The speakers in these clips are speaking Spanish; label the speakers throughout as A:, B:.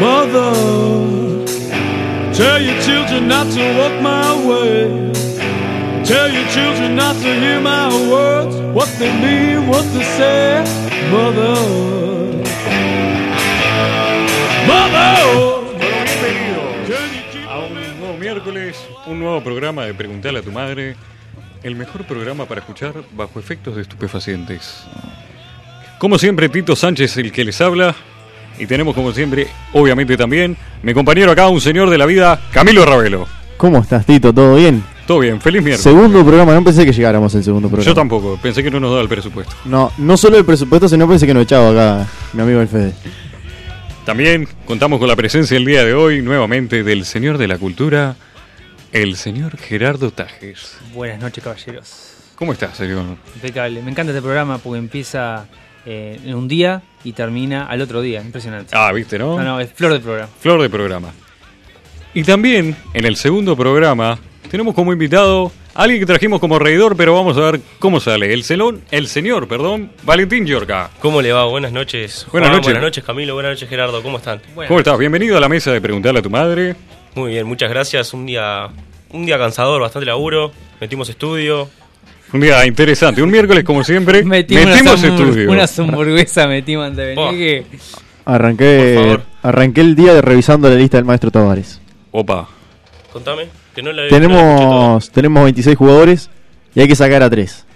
A: Mother, tell your children not to walk my way. Tell your children not to hear my words, what they mean, what they say. Mother, mother.
B: A un nuevo miércoles, un nuevo programa de Preguntarle a tu madre, el mejor programa para escuchar bajo efectos de estupefacientes. Como siempre, Tito Sánchez el que les habla, y tenemos como siempre, obviamente también, mi compañero acá, un señor de la vida, Camilo Ravelo.
C: ¿Cómo estás, Tito? ¿Todo bien?
B: Todo bien, feliz miércoles.
C: Segundo programa, no pensé que llegáramos al segundo programa.
B: Yo tampoco, pensé que no nos daba el presupuesto.
C: No, no solo el presupuesto, sino pensé que nos echaba acá mi amigo el Fede.
B: También contamos con la presencia el día de hoy, nuevamente, del señor de la cultura, el señor Gerardo Tajes.
D: Buenas noches, caballeros.
B: ¿Cómo estás, señor?
D: Impecable. Me encanta este programa porque empieza eh, en un día y termina al otro día. Impresionante.
B: Ah, viste, ¿no?
D: No, no, es flor de programa.
B: Flor de programa. Y también en el segundo programa tenemos como invitado a alguien que trajimos como reidor, pero vamos a ver cómo sale. El celón, el señor, perdón, Valentín Yorca.
E: ¿Cómo le va? Buenas noches.
B: Buenas
E: Juan,
B: noches.
E: Buenas noches, Camilo. Buenas noches, Gerardo. ¿Cómo están?
B: ¿Cómo estás? Bienvenido a la mesa de preguntarle a tu madre.
E: Muy bien, muchas gracias. Un día un día cansador, bastante laburo. Metimos estudio.
B: Un día interesante, un miércoles como siempre.
D: Metimos,
B: metimos
D: unas, hamburg-
B: estudio.
D: unas hamburguesas metimos antes de
E: Oh.
D: venir. que-
E: Por
C: Arranqué,
E: favor.
C: arranqué el día de revisando la lista del maestro Tavares.
B: Opa.
E: Contame, que no la no la escuché toda.
C: Tenemos, tenemos 26 jugadores y hay que sacar a 3.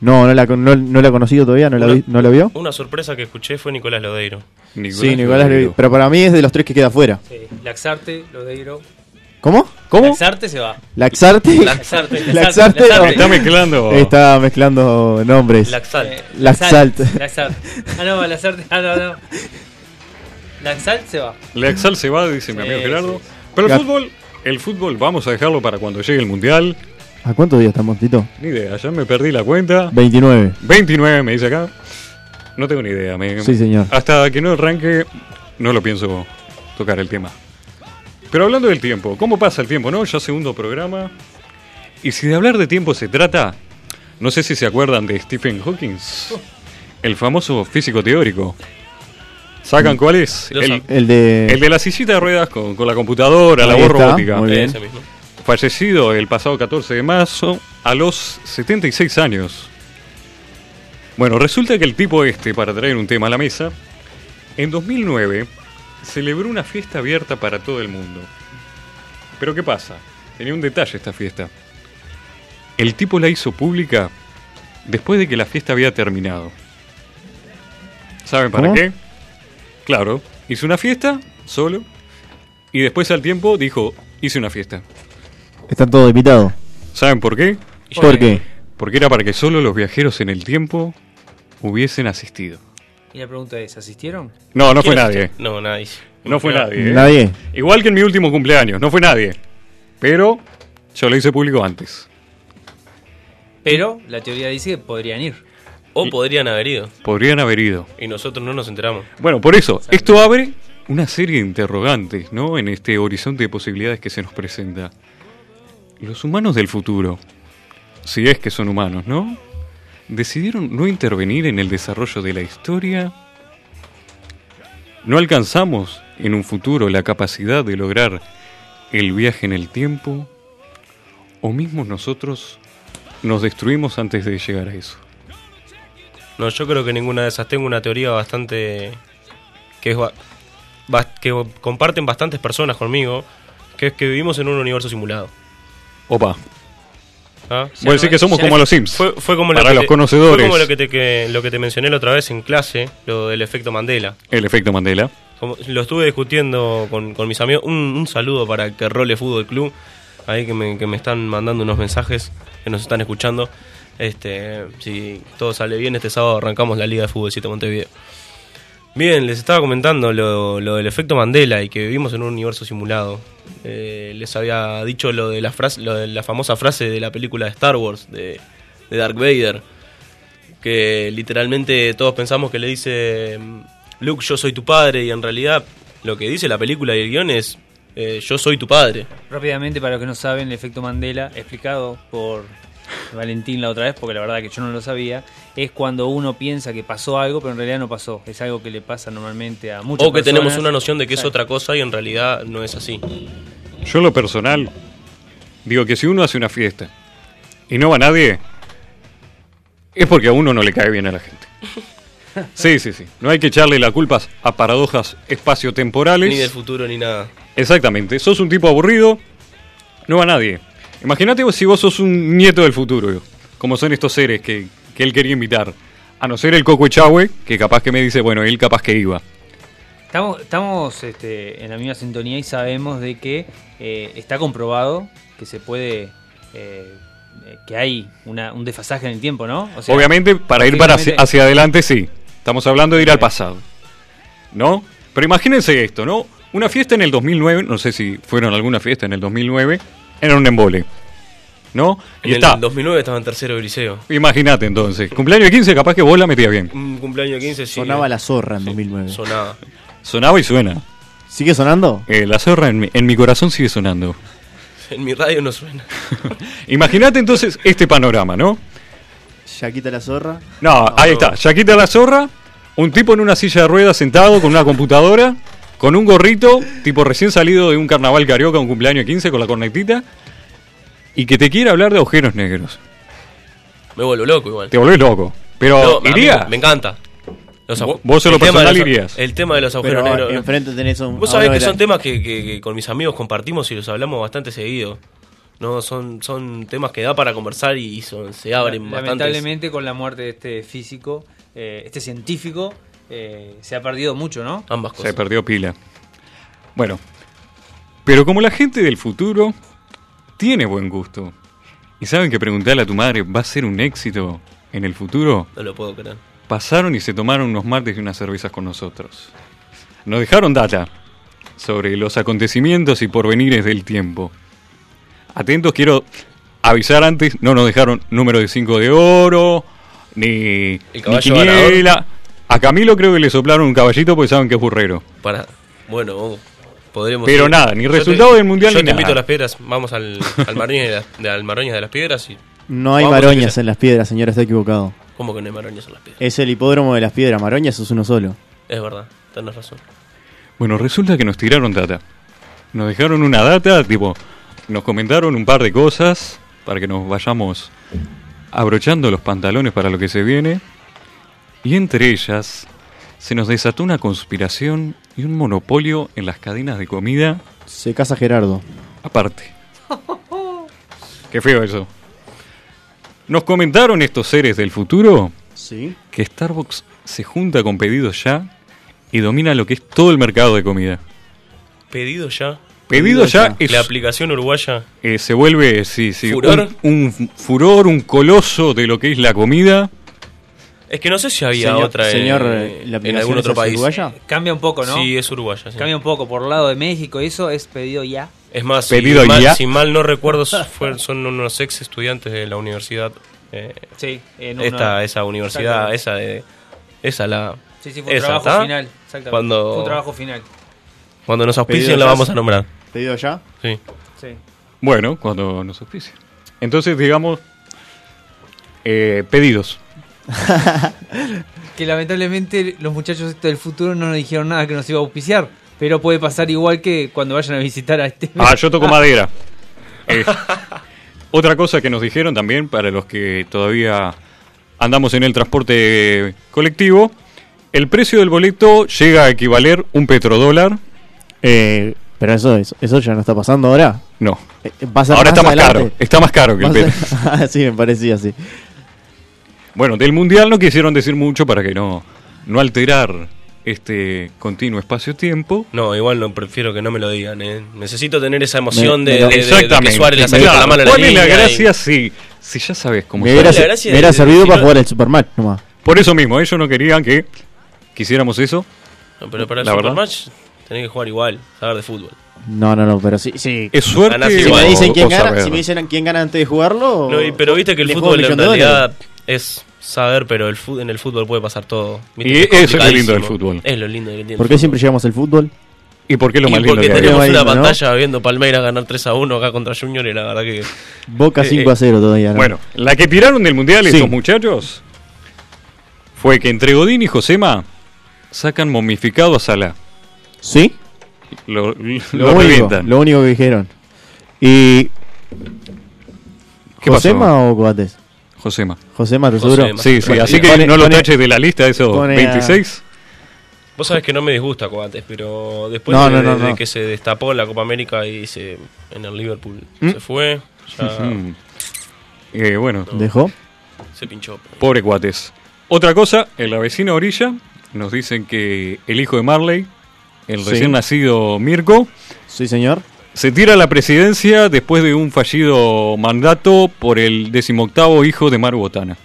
C: No, no la, con- no, no la ha conocido todavía, no la, vi- no la vio.
E: Una sorpresa que escuché fue Nicolás Lodeiro.
C: sí, Nicolás le vi. Pero para mí es de los tres que queda afuera.
D: Sí, eh, Laxarte, Lodeiro.
C: ¿Cómo? ¿Cómo?
D: Laxarte se va.
C: Laxarte. Laxarte.
D: Laxarte, Laxarte.
C: no.
B: Está mezclando.
C: Está mezclando nombres.
E: Laxal.
C: eh, Laxalt.
D: Laxarte. Ah, no, Laxarte. Ah, no, no. Laxalt se va.
B: La Exal se va, dice mi
D: Sí,
B: amigo
D: sí,
B: Gerardo. Pero el
C: Gat-
B: fútbol, el fútbol vamos a dejarlo para cuando llegue el mundial.
C: ¿A cuántos días estamos, Tito?
B: Ni idea, ya me perdí la cuenta.
C: 29.
B: 29 me dice acá. No tengo ni idea. me-
C: Sí, señor.
B: Hasta que no arranque, no lo pienso tocar el tema. Pero hablando del tiempo, ¿cómo pasa el tiempo, no? Ya segundo programa. Y si de hablar de tiempo se trata, no sé si se acuerdan de Stephen Hawking, el famoso físico teórico.
C: Mm.
B: ¿Sacan cuál es?
E: Lo
B: El,
E: saco.
C: El de.
B: el de la sillita de ruedas con, con la computadora, la
C: Ahí
B: voz
C: está,
B: robótica.
C: muy bien.
E: Ese mismo.
B: Fallecido el pasado 14 de marzo a los 76 años. Bueno, resulta que el tipo este, para traer un tema a la mesa, en 2009 celebró una fiesta abierta para todo el mundo. Pero ¿qué pasa? Tenía un detalle esta fiesta. El tipo la hizo pública después de que la fiesta había terminado. ¿Saben para
C: ¿Cómo?
B: qué? Claro, hizo una fiesta solo y después al tiempo dijo, hice una fiesta.
C: Están todos invitados.
B: ¿Saben por qué?
C: ¿Por qué?
B: Porque era para que solo los viajeros en el tiempo hubiesen asistido.
D: Y la pregunta es, ¿asistieron?
B: No, no fue
E: ¿Quién
B: nadie.
E: asistió? No, nadie.
B: No fue nadie. ¿eh?
C: Nadie.
B: Igual que en mi último cumpleaños, no fue nadie. Pero yo lo hice público antes.
D: Pero la teoría dice que podrían ir.
E: O podrían haber ido.
B: Podrían haber ido.
E: Y nosotros no nos enteramos.
B: Bueno, por eso, esto abre una serie de interrogantes, ¿no? En este horizonte de posibilidades que se nos presenta. Los humanos del futuro, si es que son humanos, ¿no? ¿Decidieron no intervenir en el desarrollo de la historia? ¿No alcanzamos en un futuro la capacidad de lograr el viaje en el tiempo? ¿O mismo nosotros nos destruimos antes de llegar a eso?
E: No, yo creo que ninguna de esas. Tengo una teoría bastante. que es. ba- bas- que comparten bastantes personas conmigo. Que es que vivimos en un universo simulado.
B: Opa,
E: ¿ah?
B: voy a decir que somos
E: Ya
B: como
E: es-
B: los Sims.
E: Fue, fue como
B: Para
E: lo que
B: los
E: te-
B: conocedores.
E: Fue como lo que, te, que- lo que te mencioné la otra vez en clase, lo del efecto Mandela.
B: El efecto Mandela.
E: Como- lo estuve discutiendo con, con mis amigos. Un, un saludo para que Role Fútbol Club. Ahí que me, que me están mandando unos mensajes, que nos están escuchando. Este, si todo sale bien, este sábado arrancamos la Liga de Fútbolcito Montevideo. Bien, les estaba comentando lo, lo del efecto Mandela y que vivimos en un universo simulado. Eh, les había dicho lo de, la frase, lo de la famosa frase de la película de Star Wars, de, de Darth Vader, que literalmente todos pensamos que le dice Luke, yo soy tu padre, y en realidad lo que dice la película y el guión es eh, yo soy tu padre.
D: Rápidamente, para los que no saben, el efecto Mandela, explicado por Valentín la otra vez, porque la verdad que yo no lo sabía, es cuando uno piensa que pasó algo, pero en realidad no pasó. Es algo que le pasa normalmente a muchos.
E: O que tenemos una noción de que es otra cosa y en realidad no es así.
B: Yo en lo personal digo que si uno hace una fiesta y no va nadie, es porque a uno no le cae bien a la gente. Sí, sí, sí. No hay que echarle la culpa a paradojas espaciotemporales.
E: Ni del futuro ni nada.
B: Exactamente. Sos un tipo aburrido, no va nadie. Imagínate vos si vos sos un nieto del futuro, como son estos seres que, que él quería invitar. A no ser el Coco Echagüe, que capaz que me dice, bueno, él capaz que iba.
D: Estamos, estamos este, en la misma sintonía y sabemos de que eh, está comprobado que se puede. eh, que hay una- un desfasaje en el tiempo, ¿no? O sea,
B: Obviamente, para ir para hacia,
D: posiblemente-
B: hacia adelante, sí. Estamos hablando de ir al pasado. ¿No? Pero imagínense esto, ¿no? Una fiesta en el 2009, no sé si fueron a alguna fiesta en el 2009, era un embole. ¿No?
E: En
B: Y está.
E: el 2009 estaba en tercero de liceo.
B: Imagínate entonces. Cumpleaños de 15, capaz que vos la metías bien.
E: Un cumpleaños de 15, sí.
C: Sonaba la zorra en 2009.
E: Sonaba.
B: Sonaba y suena.
C: ¿Sigue sonando?
B: Eh, la zorra en mi, en mi corazón sigue sonando.
E: En mi radio no suena.
B: Imagínate entonces este panorama, ¿no?
C: Yaquita la zorra.
B: No, ahí está. Yaquita la zorra, un tipo en una silla de ruedas sentado con una computadora, con un gorrito, tipo recién salido de un carnaval carioca, un cumpleaños de 15 con la cornetita, y que te quiere hablar de agujeros negros.
E: Me vuelvo loco igual.
B: Te volvés loco. Pero,
E: No, a mí
B: ¿iría?
E: me encanta. Los agu-
B: Vos en lo
E: el tema de
B: personal
E: los-
B: irías.
E: El tema de los agujeros
C: Pero
E: negros.
C: enfrente tenés un.
B: Ah,
E: Vos
C: a
E: sabés
C: uno
E: que
C: de
E: son
C: la-
E: temas que, que- que con mis amigos compartimos y los hablamos bastante seguido. No, son, son temas que da para conversar y son- se abren bastante.
D: Lamentablemente, con la muerte de este físico, eh, este científico, eh, se ha perdido mucho, ¿no?
E: Ambas cosas.
B: Se perdió pila. Bueno, pero como la gente del futuro tiene buen gusto, y saben que preguntarle a tu madre va a ser un éxito en el futuro,
E: No lo puedo creer.
B: pasaron y se tomaron unos martes y unas cervezas con nosotros. Nos dejaron data sobre los acontecimientos y porvenires del tiempo. Atentos, quiero avisar antes, no nos dejaron número de 5 de oro, ni,
E: El
B: ni
E: caballo ganador.
B: quiniela. A Camilo creo que le soplaron un caballito porque saben que es burrero.
E: Para. Bueno, vos- podremos.
B: Pero
E: ir.
B: nada, ni
E: Yo
B: resultado del Mundial
E: Yo
B: ni
E: te
B: nada.
E: invito a las piedras. Vamos al, al Maroñas de, las- de- al Maroñas de las Piedras y.
C: No hay
E: Vamos,
C: maroñas
E: dice.
C: en las piedras, señora, está equivocado.
E: ¿Cómo que no hay Maroñas en las Piedras?
C: Es el hipódromo de las piedras. Maroñas es uno solo.
E: Es verdad, tenés razón.
B: Bueno, resulta que nos tiraron data. Nos dejaron una data, tipo, nos comentaron un par de cosas para que nos vayamos abrochando los pantalones para lo que se viene. Y entre ellas, se nos desató una conspiración y un monopolio en las cadenas de comida
C: Se casa Gerardo.
B: aparte. Qué feo eso. Nos comentaron estos seres del futuro
C: Sí.
B: que Starbucks se junta con pedidos ya y domina lo que es todo el mercado de comida.
E: Pedido ya.
B: Pedido ya es
E: La aplicación uruguaya.
B: Eh, se vuelve, sí, sí,
E: ¿Furor?
B: Un, un fu- furor, un coloso de lo que es la comida.
E: Es que no sé si había
C: Señor-
E: otra en,
C: señor, eh,
E: en
C: ¿la aplicación
E: algún otro
C: esa es
E: país.
C: uruguaya?
D: Cambia un poco, ¿no?
E: Sí, es uruguaya. sí.
D: Cambia un poco. Por el lado de México, eso es pedido ya.
E: Es más,
B: Pedido
E: si, mal,
B: ya.
E: si mal no recuerdo, fue- son unos ex estudiantes de la universidad. eh,
D: Sí, en una-
E: esta, esa universidad,
D: Exactamente.
E: esa de. Esa la.
D: Sí, sí, fue un
E: esa,
D: trabajo
E: ¿tá?
D: final. Exactamente.
E: Cuando-
D: Fue un trabajo final.
E: Cuando nos
C: Pedido
E: auspicien
C: ya.
E: la vamos a nombrar.
C: ¿Pedido ya?
E: Sí.
D: Sí.
B: Bueno, cuando nos auspicia. Entonces, digamos, eh, pedidos.
D: Que lamentablemente los muchachos estos del futuro no nos dijeron nada que nos iba a auspiciar. Pero puede pasar igual que cuando vayan a visitar a este.
B: Ah, yo toco madera. Eh, otra cosa que nos dijeron también, para los que todavía andamos en el transporte colectivo, el precio del boleto llega a equivaler un petrodólar.
C: Eh, pero eso, eso, eso ya no está pasando ahora.
B: No,
C: Eh, va a ser
B: ahora está más
C: adelante.
B: caro. Está más caro que el
C: Va a
B: petrodólar.
C: ser- Ah, sí, me parecía así.
B: Bueno, del Mundial no quisieron decir mucho para que no, no alterar este continuo espacio-tiempo.
E: No, igual no prefiero que no me lo digan, ¿eh? Necesito tener esa emoción
C: Me-
E: de,
C: me lo-
E: de- de- de que Suárez le sacó
B: Claro,
E: la mano a la
B: ¿Cuál es la
E: niña y-
B: gracia si, si ya sabes cómo
C: Me
B: está?
C: hubiera,
E: la
C: se-
E: gracia
C: me hubiera
E: de-
C: servido
E: si
C: para
E: no-
C: jugar al Supermatch nomás.
B: Por eso mismo, ellos no querían que quisiéramos eso.
E: No, pero para el
B: La verdad.
E: Supermatch tenés que jugar igual, saber de fútbol.
C: No, no, no, pero sí. sí.
B: Es suerte.
E: Ganás
C: Si
E: igual.
B: o-
C: me, dicen quién
B: o
C: gana,
B: saber.
C: si me dicen quién gana antes de jugarlo.
E: No, y- pero viste que el
C: le juego
E: fútbol
C: un
E: en
C: millón de dólares.
E: realidad es saber, pero el fútbol, en el fútbol puede pasar todo.
B: Y
E: que
B: eso es lo lindo del
E: complicadísimo.
B: fútbol.
E: Es lo lindo que tiene el
C: ¿Por qué
E: fútbol.
C: siempre llevamos el fútbol?
B: ¿Y por qué lo
E: Y
B: más lindo
E: porque
B: que hay?
C: tenemos-
E: teníamos
C: Lo más
E: una
C: lindo, ¿no?
E: pantalla viendo Palmeiras ganar 3 a 1 acá contra Junior y la verdad que
C: Boca
E: Eh,
C: 5 a 0 todavía. ¿no?
B: Bueno, la que tiraron del mundial
C: Sí.
B: estos muchachos fue que entre Godín y Josema sacan momificado a Salah.
C: ¿Sí?
B: Lo, lo-
C: Lo,
B: lo
C: único,
B: revientan.
C: lo único que dijeron. ¿Y
B: ¿Qué pasó?
C: Josema o Coates?
B: Josema.
C: Josema, te
E: Josema.
C: aseguro.
B: Sí, sí, así que
C: Pone-
B: no lo
C: pone-
B: taches de la lista esos
C: pone a-
B: 26.
E: Vos sabés que no me disgusta Coates, pero después
C: No,
E: de,
C: no, no,
E: de
C: no.
E: que se destapó en la Copa América y se, en el Liverpool
C: ¿Mm?
E: se fue,
C: Ah.
E: ya
B: Mm. Eh, bueno,
C: ¿Dejó?
E: se pinchó.
B: pobre cuates. Otra cosa, en la vecina orilla nos dicen que el hijo de Marley, el
C: Sí.
B: recién nacido Mirko,
C: Sí, señor.
B: se tira a la presidencia después de un fallido mandato por el decimoctavo hijo de Maru Botana.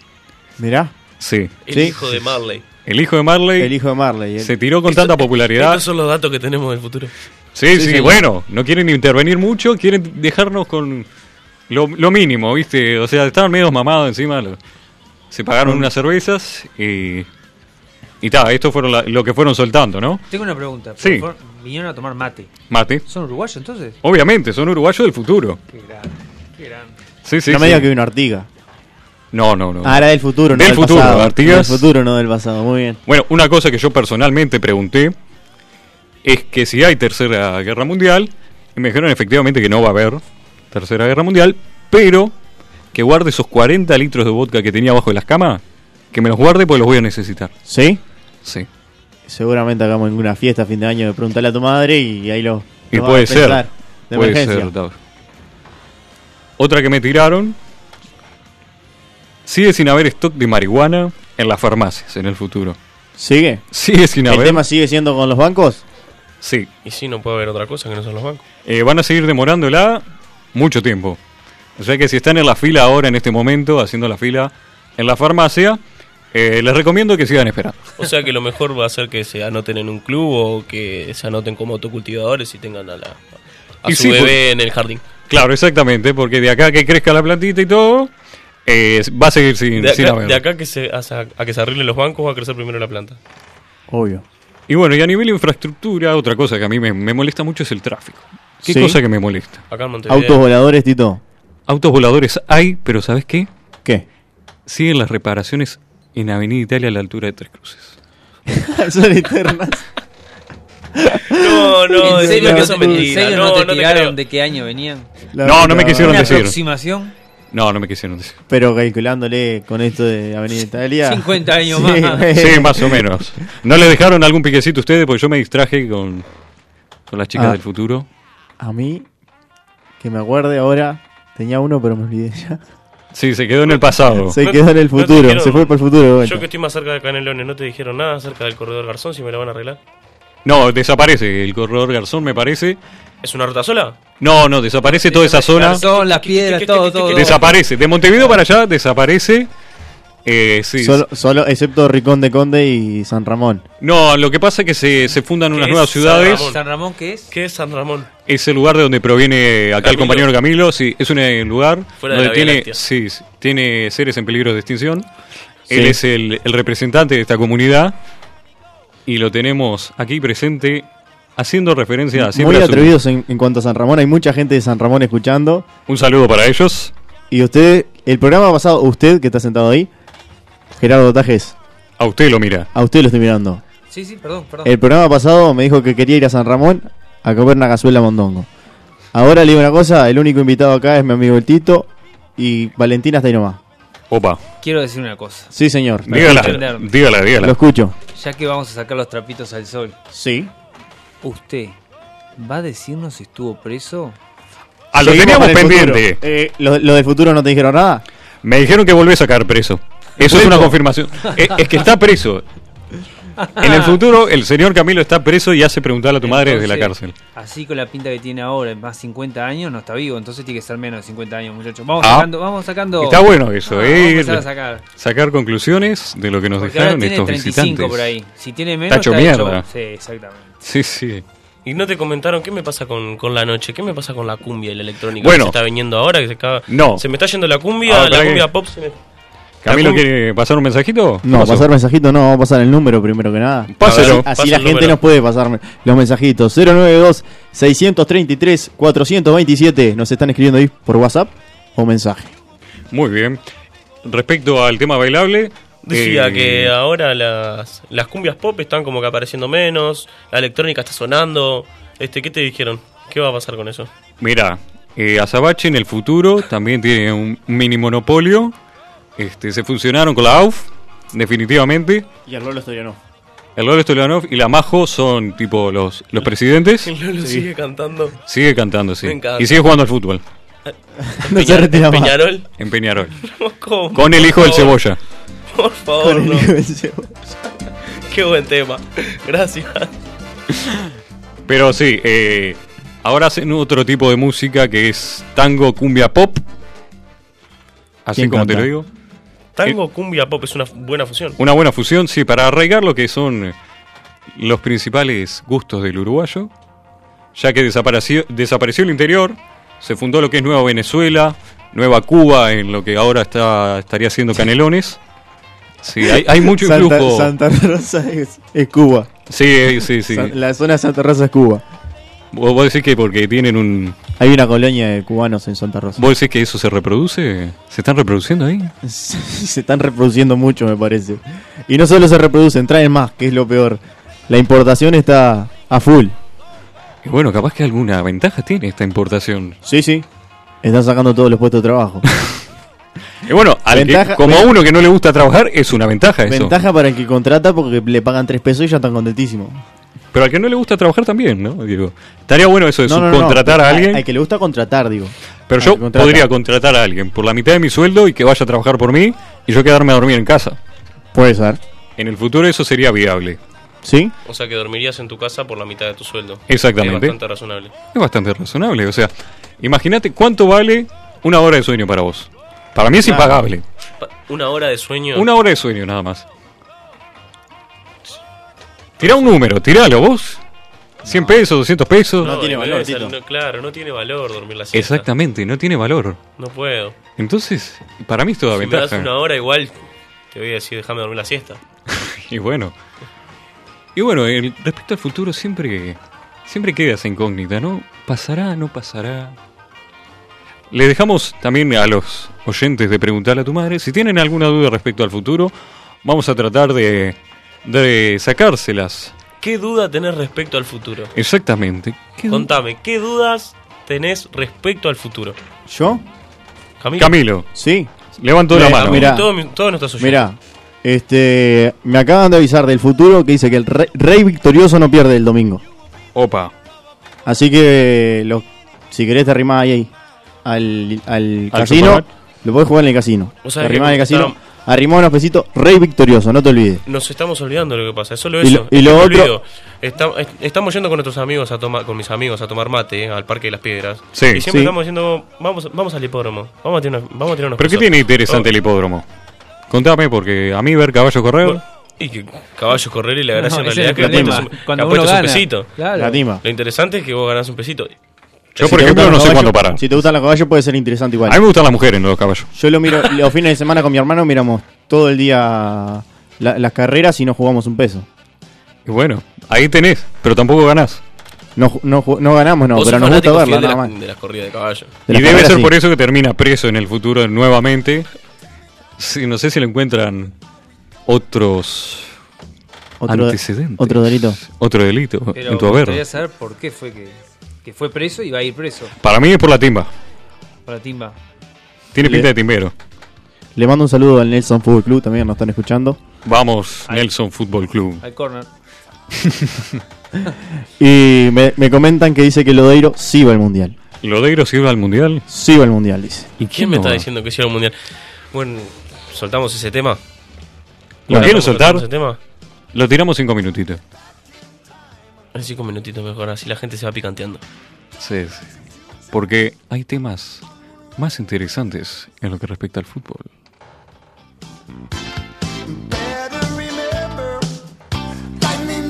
C: Mirá.
B: Sí.
E: El
C: Sí.
E: hijo de Marley.
B: El hijo de Marley
C: El hijo de Marley. el-
B: se tiró con tanta popularidad.
E: Estos son los datos que tenemos del futuro.
B: Sí,
C: Sí,
B: sí,
C: señor.
B: bueno, no quieren intervenir mucho, quieren dejarnos con lo, lo mínimo, ¿viste? O sea, estaban medio mamados encima. lo- se pagaron unas cervezas y. Y ta, esto fueron la- lo que fueron soltando, ¿no?
D: Tengo una pregunta. Por
B: Sí.
D: favor, vinieron a tomar mate.
B: Mate.
D: ¿Son uruguayos entonces?
B: Obviamente, son uruguayos del futuro.
D: Qué grande, qué grande.
B: Sí, sí.
C: no me
B: sí.
C: digas que vino Artiga.
B: No, no, no.
C: Ah, era del futuro, no
B: Del
C: del,
B: futuro,
C: pasado.
B: Artigas.
C: Del futuro, no del pasado. Muy bien.
B: Bueno, una cosa que yo personalmente pregunté es que si hay tercera guerra mundial, y me dijeron efectivamente que no va a haber tercera guerra mundial, pero que guarde esos 40 litros de vodka que tenía abajo de las camas, que me los guarde porque los voy a necesitar.
C: ¿Sí?
B: Sí.
C: Seguramente hagamos alguna fiesta a fin de año de preguntarle a tu madre y ahí lo.
B: Y
C: lo
B: puede
C: vas a pensar.
B: ser.
C: De
B: puede
C: emergencia.
B: ser, Tab. Otra que me tiraron. Sigue sin haber stock de marihuana en las farmacias en el futuro.
C: ¿Sigue?
B: Sigue sin
C: ¿El
B: haber.
C: tema sigue siendo con los bancos?
B: Sí,
E: Y sí, no puede haber otra cosa que no son los bancos.
B: Eh, van a seguir demorándola mucho tiempo. O sea que si están en la fila ahora, en este momento, haciendo la fila en la farmacia, eh, les recomiendo que sigan esperando.
E: O sea que lo mejor va a ser que se anoten en un club o que se anoten como autocultivadores y tengan a, la, a
B: Y
E: su
B: sí,
C: pues.
E: bebé
B: porque-
E: en el jardín.
B: Claro, exactamente, porque de acá que crezca la plantita y todo, eh, va a seguir sin,
E: De
B: sin
E: acá,
B: haber.
E: de acá que se, a, a que se arreglen los bancos va a crecer primero la planta.
C: Obvio.
B: Y bueno, y a nivel infraestructura, otra cosa que a mí me, me molesta mucho es el tráfico. ¿Qué
C: Sí.
B: cosa que me molesta?
E: Acá en Montevideo.
C: Autos voladores, Tito.
B: Autos voladores hay, pero ¿sabes qué?
C: ¿Qué?
B: Siguen las reparaciones en Avenida Italia a la altura de Tres Cruces.
C: Son eternas.
E: No, no,
D: ¿En
E: decime
D: serio,
E: que
D: no,
E: eso es
D: te- en
E: mentira.
D: serio
E: No,
D: no te
E: no te creo.
D: tiraron de qué año venían?
C: La
B: No, no me
C: verdad.
B: quisieron
D: Una
B: decir.
D: aproximación.
B: No, no me quisieron decir.
C: Pero calculándole con esto de Avenida Italia.
D: 50 años
C: Sí,
D: más.
C: güey.
B: Sí, más o menos. ¿No le dejaron algún piquecito a ustedes? Porque yo me distraje con, con las chicas
C: Ah.
B: del futuro.
C: A mí, que me acuerde ahora, tenía uno, pero me olvidé ya.
B: Sí, se quedó en el pasado.
C: Se
E: No-
C: quedó en el
E: no te
C: futuro,
E: dijeron-
C: se fue para el futuro. de vuelta.
E: Yo que estoy más cerca de Canelones, ¿no te dijeron nada acerca del corredor Garzón si me lo van a arreglar?
B: No, desaparece el corredor Garzón, me parece.
E: ¿Es una ruta sola?
B: No, no, desaparece toda esa zona.
D: Son las piedras, todo, todo.
B: Desaparece. De Montevideo para allá desaparece. Eh, sí.
C: solo, solo, excepto Ricón de Conde y San Ramón.
B: No, lo que pasa es que se, se fundan unas
E: ¿Qué
B: nuevas
E: es
B: ciudades.
E: San
D: San Ramón, ¿qué es?
E: ¿Qué es San Ramón?
B: Es el lugar de donde proviene acá el
E: Camilo.
B: compañero Camilo. Sí, es un eh, lugar
E: Fuera de
B: donde
E: la Vía
B: tiene,
E: Láctea.
B: sí, sí, tiene seres en peligro de extinción. Él
C: Sí.
B: es el, el representante de esta comunidad y lo tenemos aquí presente haciendo referencia a siempre
C: Muy
B: a su-
C: atrevidos en, en cuanto a San Ramón. Hay mucha gente de San Ramón escuchando.
B: Un saludo para ellos.
C: Y usted, el programa pasado, usted que está sentado ahí, Gerardo Tajes,
B: A usted lo mira.
C: a usted lo estoy mirando.
D: Sí, sí, perdón, perdón.
B: Eh,
C: El programa pasado me dijo que quería ir a San Ramón a comer una cazuela mondongo. Ahora le digo una cosa, el único invitado acá es mi amigo el Tito y Valentina está ahí nomás.
B: Opa,
D: Quiero decir una cosa.
C: Sí, señor. Me escucha.
B: dígala,
D: escuchan.
B: dígala, dígala.
C: Lo escucho.
D: Ya que vamos a sacar los trapitos al sol,
C: Sí.
D: ¿usted va a decirnos si estuvo preso?
B: Ah, lo
C: Seguimos
B: teníamos
C: con el
B: pendiente.
C: futuro. Eh, lo, lo del futuro no te dijeron nada.
B: Me dijeron que volvés a sacar preso. Eso es una confirmación. Eh, Es, que está preso. En el futuro, el señor Camilo está preso y hace preguntarle a tu madre desde la
D: Entonces,
B: cárcel.
D: Así con la pinta que tiene ahora, más 50 años, no está vivo, entonces tiene que ser menos de 50 años, muchachos. Vamos
B: Ah.
D: sacando, vamos sacando.
B: Está bueno eso,
D: Ah, vamos a
B: eh.
D: empezar a sacar.
B: Sacar conclusiones de lo que nos
D: Porque ahora
B: dejaron
D: tiene
B: estos
D: 35
B: visitantes.
D: por ahí. Si tiene
B: Está
D: menos,
B: hecho mierda.
D: Sí, exactamente.
B: Sí, sí.
E: Y no te comentaron qué me pasa con, con la noche, qué me pasa con la cumbia y la electrónica
B: Bueno.
E: que se está viniendo ahora, que se acaba.
B: No.
E: Se me está yendo la cumbia,
B: Ah,
E: la
B: pará
E: cumbia
B: que-
E: pop se me,
B: ¿Camilo
E: Tacu-
B: quiere pasar un mensajito?
C: No,
B: Pasó.
C: pasar mensajito no, vamos a pasar el número primero que nada.
B: Páselo.
E: A ver.
C: Así
E: Pasa
C: la
E: el
C: gente
E: número.
C: nos puede pasar los mensajitos. 092-633-427 nos están escribiendo ahí por WhatsApp o mensaje.
B: Muy bien. Respecto al tema bailable.
E: Decía
B: eh,
E: que ahora las, las cumbias pop están como que apareciendo menos, la electrónica está sonando. Este, ¿Qué te dijeron? ¿Qué va a pasar con eso?
B: Mira, eh, Azabache en el futuro también tiene un mini monopolio. Este, se fusionaron con la AUF, definitivamente.
C: Y al Lolo Storiano.
B: El Lolo Stoyanov y la Majo son tipo los, los presidentes.
E: El Lolo sigue cantando.
B: Sigue cantando, sí.
E: Me encanta.
B: Y sigue jugando al fútbol
C: No se retira más.
E: Peñarol.
B: en Peñarol.
E: No, ¿cómo?
B: Con el hijo
E: Por
B: del
E: favor,
B: cebolla.
E: Por
C: Con
E: favor,
C: el
E: no.
C: hijo del cebo.
E: Qué buen tema. Gracias.
B: Pero sí, eh, ahora hacen otro tipo de música que es tango, cumbia, pop. Así
C: ¿Quién
B: como te
C: canta?
B: lo digo.
E: Tango, cumbia, pop es una buena fusión.
B: Una buena fusión, sí, para arraigar lo que son eh, los principales gustos del uruguayo, ya que desapareció, desapareció el interior, se fundó lo que es Nueva Venezuela, Nueva Cuba, en lo que ahora está, estaría haciendo Canelones. Sí, hay, hay mucho
C: Santa,
B: influjo.
C: Santa Rosa es, es Cuba.
B: Sí, eh, sí, sí.
C: San- La zona de Santa Rosa es Cuba.
B: ¿Vos vos decís que porque tienen un...
C: Hay una colonia de cubanos en Santa Rosa.
B: ¿Vos decís que eso se reproduce? ¿Se están reproduciendo ahí?
C: se están reproduciendo mucho, me parece. Y no solo se reproducen, traen más, que es lo peor. La importación está a full.
B: Y bueno, capaz que alguna ventaja tiene esta importación.
C: Sí, sí. Están sacando todos los puestos de trabajo.
B: Y bueno, al que-
C: Ventaja-
B: como a
C: ven-
B: uno que no le gusta trabajar, es una ventaja eso.
C: Ventaja para el que contrata porque le pagan 3 pesos y ya están contentísimos.
B: Pero al que no le gusta trabajar también, ¿no? Digo, estaría bueno eso de
C: No, no, no, no.
B: subcontratar a alguien,
C: Al que le gusta contratar, digo.
B: pero
C: al
B: yo
C: que contrata.
B: podría contratar a alguien por la mitad de mi sueldo y que vaya a trabajar por mí y yo quedarme a dormir en casa.
C: Puede ser.
B: En el futuro eso sería viable.
C: ¿Sí?
E: O sea que dormirías en tu casa por la mitad de tu sueldo.
B: Exactamente.
E: Es bastante razonable.
B: Es bastante razonable, o sea, imagínate cuánto vale una hora de sueño para vos. Para mí es
C: Claro.
B: impagable.
E: Pa- Una hora de sueño.
B: Una hora de sueño nada más. Tira un número, tiralo vos. 100 pesos, 200 pesos.
C: No tiene
E: y me
C: valor,
E: ves al-
C: Tito.
E: no, claro, no tiene valor dormir la siesta.
B: Exactamente, no tiene valor.
E: No puedo.
B: Entonces, para mí es toda
E: Si me das
B: ventaja.
E: una hora igual, te voy a decir, déjame dormir la siesta.
B: Y bueno. Y bueno, el- respecto al futuro siempre siempre queda esa incógnita, ¿no? ¿Pasará, no pasará? Le dejamos también a los oyentes de preguntarle a tu madre si tienen alguna duda respecto al futuro. Vamos a tratar de, de sacárselas.
E: ¿Qué duda tenés respecto al futuro?
B: Exactamente. ¿Qué du-
E: Contame, ¿qué dudas tenés respecto al futuro?
C: ¿Yo?
E: Camilo.
B: Camilo,
C: Sí.
B: levantó la
C: Mira,
B: mano.
C: mira.
E: Todo mi- todos nuestros oyentes.
C: Mirá, este, me acaban de avisar del futuro que dice que el re- rey, victorioso no pierde el domingo.
B: Opa.
C: Así que los- si querés te arrimás ahí, ahí, al, al
B: Al
C: casino.
B: supermercado.
C: Lo podés jugar en el casino.
E: O
C: te
E: sea,
C: arrimás en el
E: que-
C: casino. Arrimás unos pesitos, rey victorioso, no te olvides.
E: Nos estamos olvidando de lo que pasa, es solo
C: Y
E: eso.
C: lo- y
E: es
C: lo
E: un
C: otro-
E: olvido. Está- es- estamos yendo con nuestros amigos a tomar, con mis amigos a tomar mate eh, al Parque de las Piedras.
B: Sí,
E: y siempre
C: sí.
E: estamos diciendo, vamos, vamos al hipódromo, vamos a tirar, unos- vamos a tirar unos
B: ¿Pero qué
E: pesos".
B: tiene interesante el hipódromo? Contame, porque a mí ver caballos correr...
E: Bueno, Oh, Y que caballo correr y la
D: No,
E: gracia en
D: ese es el
E: realidad es que apuestas
D: problema.
E: un, que
D: Cuando uno
E: apuestas un
D: gana.
E: pesito.
D: Claro.
C: La tima.
E: Lo interesante es que vos ganás un pesito.
B: Yo,
C: Si
B: por
C: te
B: ejemplo,
C: gustan
B: no
C: los
B: sé cuándo
C: caballos-
B: parar.
C: Si te gustan los caballos puede ser interesante igual.
B: A mí me gustan las mujeres, no los caballos.
C: Yo lo miro los fines de semana con mi hermano, miramos todo el día la- las carreras y no jugamos un peso.
B: Y bueno, ahí tenés, pero tampoco ganás.
C: No, ju- no, ju- no ganamos, no,
E: Vos sos
C: pero nos gusta
E: fanático
C: verla,
E: fiel de,
C: nada
E: las-
C: más.
E: de las corridas de caballo.
C: De
B: y
C: las
B: debe
C: carreras,
B: ser
C: sí.
B: por eso que termina preso en el futuro nuevamente. Sí, no sé si lo encuentran otros
C: Otro,
B: antecedentes.
C: Otro delito.
B: Otro delito
D: Pero
B: en tu
D: me gustaría
B: haber.
D: saber por qué fue que, que fue preso y va a ir preso
B: Para mí es por la timba.
D: para Timba.
B: Tiene
C: Le-
B: pinta de timbero.
C: Le mando un saludo al Nelson Fútbol Club, también nos están escuchando.
B: Vamos, Nelson Fútbol Club.
D: Al corner.
C: Y me, me comentan que dice que Lodeiro sí va al mundial.
B: ¿Lodeiro sirve al mundial?
C: Sí va al mundial, dice.
B: ¿Y
E: ¿Quién me está diciendo que hicieron un mundial? Bueno, soltamos ese tema.
B: ¿Lo quieren
E: ¿Soltamos- soltamos
B: soltar?
E: Ese tema.
B: Lo tiramos cinco minutitos.
E: En cinco minutitos mejor, así la gente se va picanteando.
B: Sí, sí. Porque hay temas más interesantes en lo que respecta al fútbol.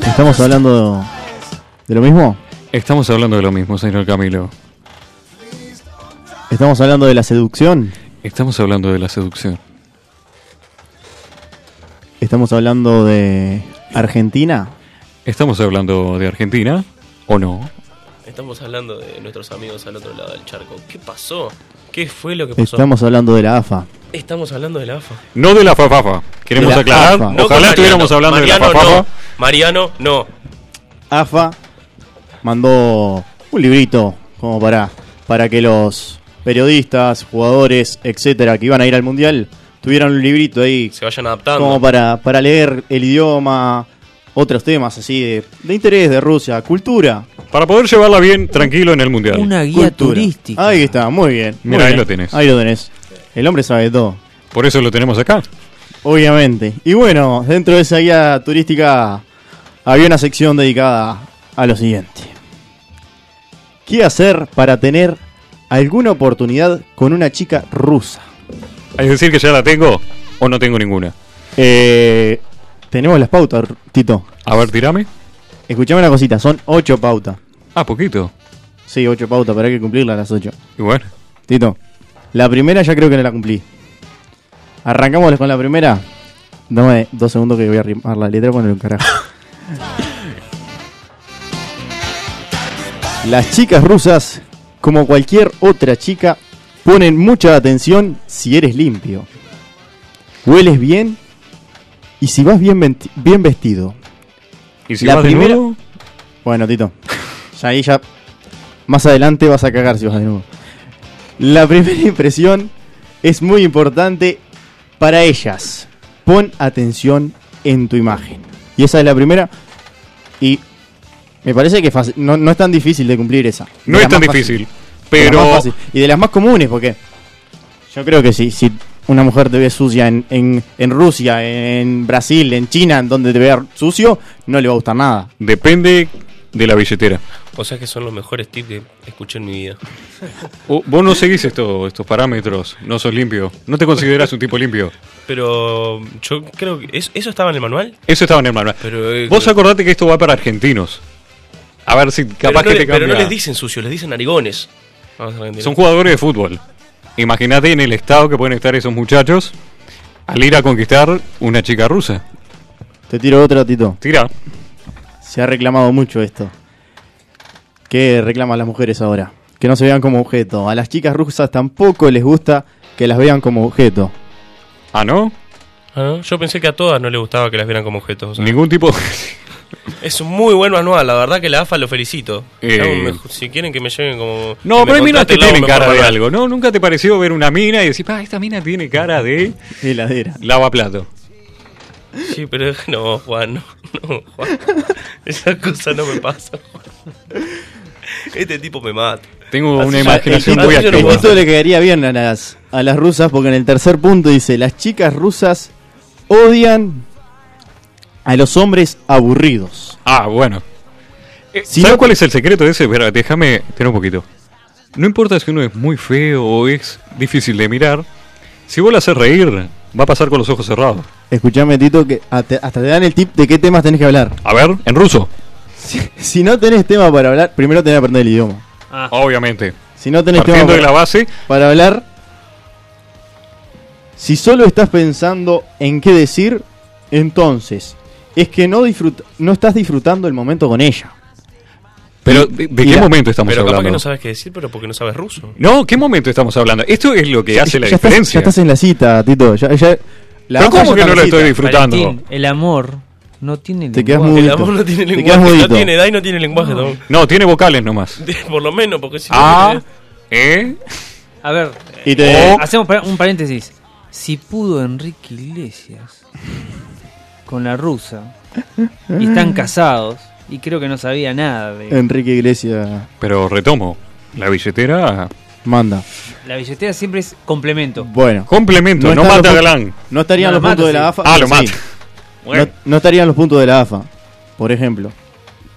C: Estamos hablando de lo mismo.
B: Estamos hablando de lo mismo, señor Camilo.
C: Estamos hablando de la seducción.
B: Estamos hablando de la seducción.
C: Estamos hablando de Argentina.
B: Estamos hablando de Argentina, ¿o no?
E: Estamos hablando de nuestros amigos al otro lado del charco. ¿Qué pasó? ¿Qué fue lo que pasó?
C: Estamos hablando de la AFA.
E: Estamos hablando de la AFA.
B: No de la fafafa, queremos
C: De la
B: aclarar.
C: fafa. No
E: con
B: Ojalá
E: Mariano.
B: estuviéramos hablando de la
E: Mariano,
B: fafafa.
E: No. Mariano, no.
C: AFA mandó un librito como para, para que los periodistas, jugadores, etcétera, que iban a ir al mundial, tuvieran un librito ahí
E: Se vayan adaptando.
C: como para, para leer el idioma, otros temas así de, de interés de Rusia, cultura.
B: Para poder llevarla bien tranquilo en el mundial.
F: Una guía
C: cultura.
F: turística.
C: Ahí está, muy bien. muy
B: Mira, ahí
C: bien.
B: lo tenés.
C: Ahí lo tenés. El hombre sabe de todo.
B: Por eso lo tenemos acá.
C: Obviamente. Y bueno, dentro de esa guía turística había una sección dedicada a lo siguiente. ¿Qué hacer para tener alguna oportunidad con una chica rusa?
B: Es decir, que ya la tengo o no tengo ninguna.
C: Eh, tenemos las pautas, Tito.
B: A ver, tirame.
C: Escuchame una cosita, son ocho pautas.
B: Ah, poquito.
C: Sí, ocho pautas, pero hay que cumplirlas las ocho.
B: Y bueno,
C: Tito, la primera ya creo que no la cumplí. Arrancamos con la primera. Dame dos segundos que voy a rimar la letra con el carajo. Las chicas rusas, como cualquier otra chica, ponen mucha atención si eres limpio. Hueles bien y si vas bien, venti- bien vestido.
B: ¿y si
C: La
B: vas de
C: primera-
B: nuevo?
C: Bueno, Tito. Ya ahí ya. Más adelante vas a cagar si vas de nuevo. La primera impresión es muy importante para ellas. Pon atención en tu imagen. Y esa es la primera. Y me parece que fácil- no, no es tan difícil de cumplir esa. De
B: No
C: las
B: es tan
C: más fáciles.
B: difícil,
C: De las más
B: pero
C: fáciles. Y de las más comunes, porque yo creo que si, si una mujer te ve sucia en, en- en Rusia, en Brasil, en China, en donde te vea sucio, no le va a gustar nada.
B: depende de la billetera.
E: O sea que son los mejores tips que escuché en mi vida.
B: O- vos no seguís esto- estos parámetros, no sos limpio, no te considerás un tipo limpio.
E: Pero yo creo que. ¿es- ¿Eso estaba en el manual?
B: Eso estaba en el manual.
E: Pero, eh,
B: Vos
E: pero-
B: acordate que esto va para argentinos. A ver si capaz
E: pero, no
B: que
E: le-
B: te
E: pero
B: cambia.
E: no les dicen sucios, les dicen arigones. Vamos a ver,
B: Son jugadores de fútbol. Imagínate en el estado que pueden estar esos muchachos al ir a conquistar una chica rusa.
C: Te tiro otra, Tito.
B: Tira.
C: Se ha reclamado mucho esto. ¿Qué reclaman las mujeres ahora? Que no se vean como objeto. A las chicas rusas tampoco les gusta que las vean como objeto.
B: Ah, ¿no?
E: Ah, ¿no? Yo pensé que a todas no les gustaba que las vieran como objetos. o sea.
B: Ningún tipo...
E: Es un muy buen manual, la verdad que la AFA lo felicito.
B: Eh.
E: Ya, me- si quieren que me lleven como.
B: No,
E: que
B: pero hay
E: me
B: minas que
E: contraten, lo hago
B: tienen
E: mejor
B: cara de
E: manual.
B: algo, ¿no? ¿Nunca te pareció ver una mina y decir, ah, esta mina tiene cara de
C: Heladera.
B: lavaplato?
E: Sí, pero no, Juan, no, no, Juan. Esa cosa no me pasa, Juan. Este tipo me mata.
B: Tengo
E: Así
B: una
E: ya-
B: imaginación
E: el
B: muy
E: título
B: activa.
E: no
C: Esto le quedaría bien a las, a las rusas porque en el tercer punto dice, las chicas rusas odian a los hombres aburridos.
B: Ah, bueno.
C: Si
B: ¿Sabes
C: no-
B: cuál es el secreto de ese? Espera, déjame tener un poquito. No importa si uno es muy feo o es difícil de mirar, si vos le haces reír, va a pasar con los ojos cerrados.
C: Escuchame, Tito, que hasta, hasta te dan el tip de qué temas tenés que hablar.
B: A ver, en ruso,
C: Si no tenés tema para hablar, primero tenés que aprender el idioma.
D: Ah,
B: obviamente.
C: Si no tenés tema
B: Partiendo de
C: para
B: la base,
C: para hablar. Si solo estás pensando en qué decir, entonces es que no, disfrut- no estás disfrutando el momento con ella.
B: pero ¿de, de qué
C: Mira,
B: momento estamos
E: pero capaz
B: hablando?
E: que no
B: No,
E: sabes qué decir, pero porque no sabes ruso.
B: ¿qué momento estamos hablando? Esto es lo que hace la
C: ya estás-
B: diferencia.
C: ya estás en la cita, Tito. Ya, ya- la
B: pero
C: baja
B: ¿cómo
C: ya
B: que
C: está
B: no
C: en
B: lo
C: la
B: estoy
C: cita.
B: disfrutando?
D: Valentín, el amor no tiene
C: Te quedas
D: lenguaje.
C: muy-
E: El
C: Mudito.
E: amor no tiene
C: Te
E: lenguaje,
C: quedas
E: no
C: mudito.
E: tiene edad y no tiene lenguaje, Tom.
B: No, tiene vocales nomás.
E: De- Por lo menos, porque si no-
B: Ah, ¿eh?
D: A ver,
C: Y te- Oh.
D: eh, hacemos pa- un paréntesis. Si pudo Enrique Iglesias con la rusa y están casados y creo que no sabía nada de
C: Enrique Iglesias
B: Pero retomo, la billetera
C: manda.
D: la billetera siempre es complemento.
C: Bueno,
B: complemento, no,
C: están
B: mata
C: los pu-
B: galán.
C: No estarían
D: No,
C: los
D: lo
C: puntos
D: mata,
C: de la
D: sí.
C: AFA.
B: Ah, lo
C: sí.
B: mata.
C: No,
B: Bueno,
C: no estarían los puntos de la AFA, por ejemplo.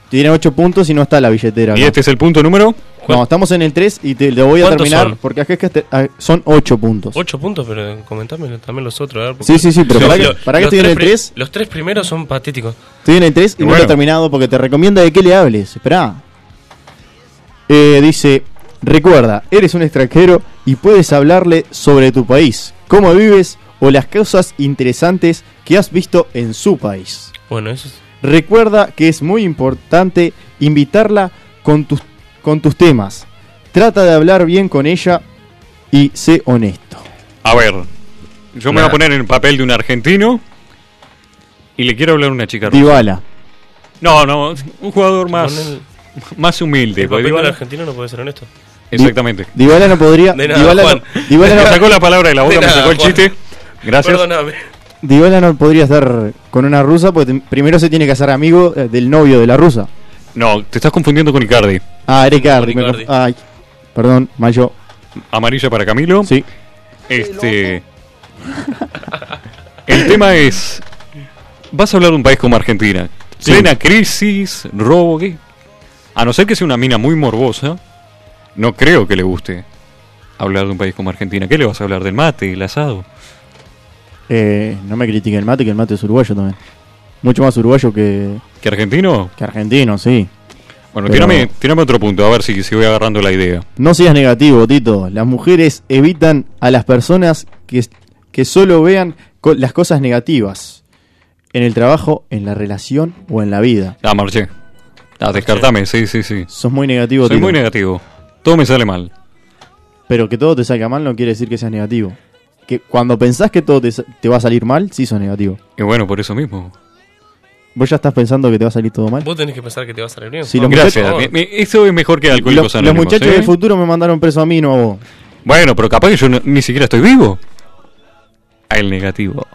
C: Tiene 8 puntos y no está la billetera.
B: y
C: acá.
B: este es el punto número
C: No, estamos en el 3 y te lo voy a
E: ¿Cuántos
C: terminar
E: son?
C: porque acá es que este- ah, son 8 puntos.
E: Ocho puntos, pero comentame también los otros. a ver, porque-
C: Sí, sí, sí, pero
E: Los-
C: para que,
E: los-
C: para que
E: los
C: estoy en el
E: pri-
C: 3,
E: Los tres primeros son patéticos.
C: estoy en el 3 y
B: Bueno.
C: no lo he terminado porque te recomienda de qué le hables. Esperá. Eh, dice, recuerda, eres un extranjero y puedes hablarle sobre tu país, cómo vives o las cosas interesantes que has visto en su país.
E: Bueno, eso es.
C: Recuerda que es muy importante invitarla con tus, con tus temas. Trata de hablar bien con ella y sé honesto.
B: A ver, yo me voy
E: Nah.
B: a poner en el papel de un argentino y le quiero hablar a una chica rusa.
C: Dybala.
B: No, no, un jugador más,
E: Con el-
B: más humilde.
E: El
B: porque
E: papel del
B: Dybala-
E: argentino no puede ser honesto.
B: Exactamente.
C: Dybala no podría.
E: De nada,
C: Dybala,
E: Juan.
C: no, Dybala
B: Me
C: no-
B: sacó la palabra de la boca,
E: De
B: me
E: nada,
B: sacó el
E: Juan.
B: chiste. Gracias.
E: Perdóname.
C: Dybala no podría estar con una rusa porque te- primero se tiene que hacer amigo eh, del novio de la rusa.
B: No, te estás confundiendo con Icardi.
C: Ah, Eric Gardi.
E: Ricardi.
C: me conf- Ay, perdón, Mayo.
B: Amarilla para Camilo.
C: Sí.
B: Este. El tema es. Vas a hablar de un país como Argentina. Plena crisis, robo, ¿qué? A no ser que sea una mina muy morbosa, no creo que le guste hablar de un país como Argentina. ¿Qué le vas a hablar? ¿Del mate, el asado?
C: Eh, no me critique el mate, que el mate es uruguayo también. Mucho más uruguayo que,
B: ¿Que argentino?
C: que argentino, sí.
B: Bueno,
C: Pero-
B: tírame, tírame otro punto, a ver si, si voy agarrando la idea.
C: No seas negativo, Tito. Las mujeres evitan a las personas que, que solo vean co- las cosas negativas. En el trabajo, en la relación o en la vida.
B: Ah, marché. Ah, descartame, sí, sí, sí.
C: Sos muy negativo,
B: Soy
C: Tito.
B: muy negativo. Todo me sale mal.
C: Pero que todo te salga mal no quiere decir que seas negativo. Que cuando pensás que todo te, sa- te va a salir mal, sí sos negativo.
B: Y bueno, por eso mismo.
C: ¿Vos ya estás pensando que te va a salir todo mal?
E: Vos tenés que pensar que te vas a salir bien.
C: Sí,
E: Juan,
C: los
B: Gracias.
E: por favor.
B: Me- me- Eso es mejor que Alcohólicos
C: Los, los
B: Anónimos,
C: muchachos
B: ¿eh?
C: del futuro me mandaron preso a mí, no a vos.
B: Bueno, pero capaz que yo no- ni siquiera estoy vivo. Ah, El negativo.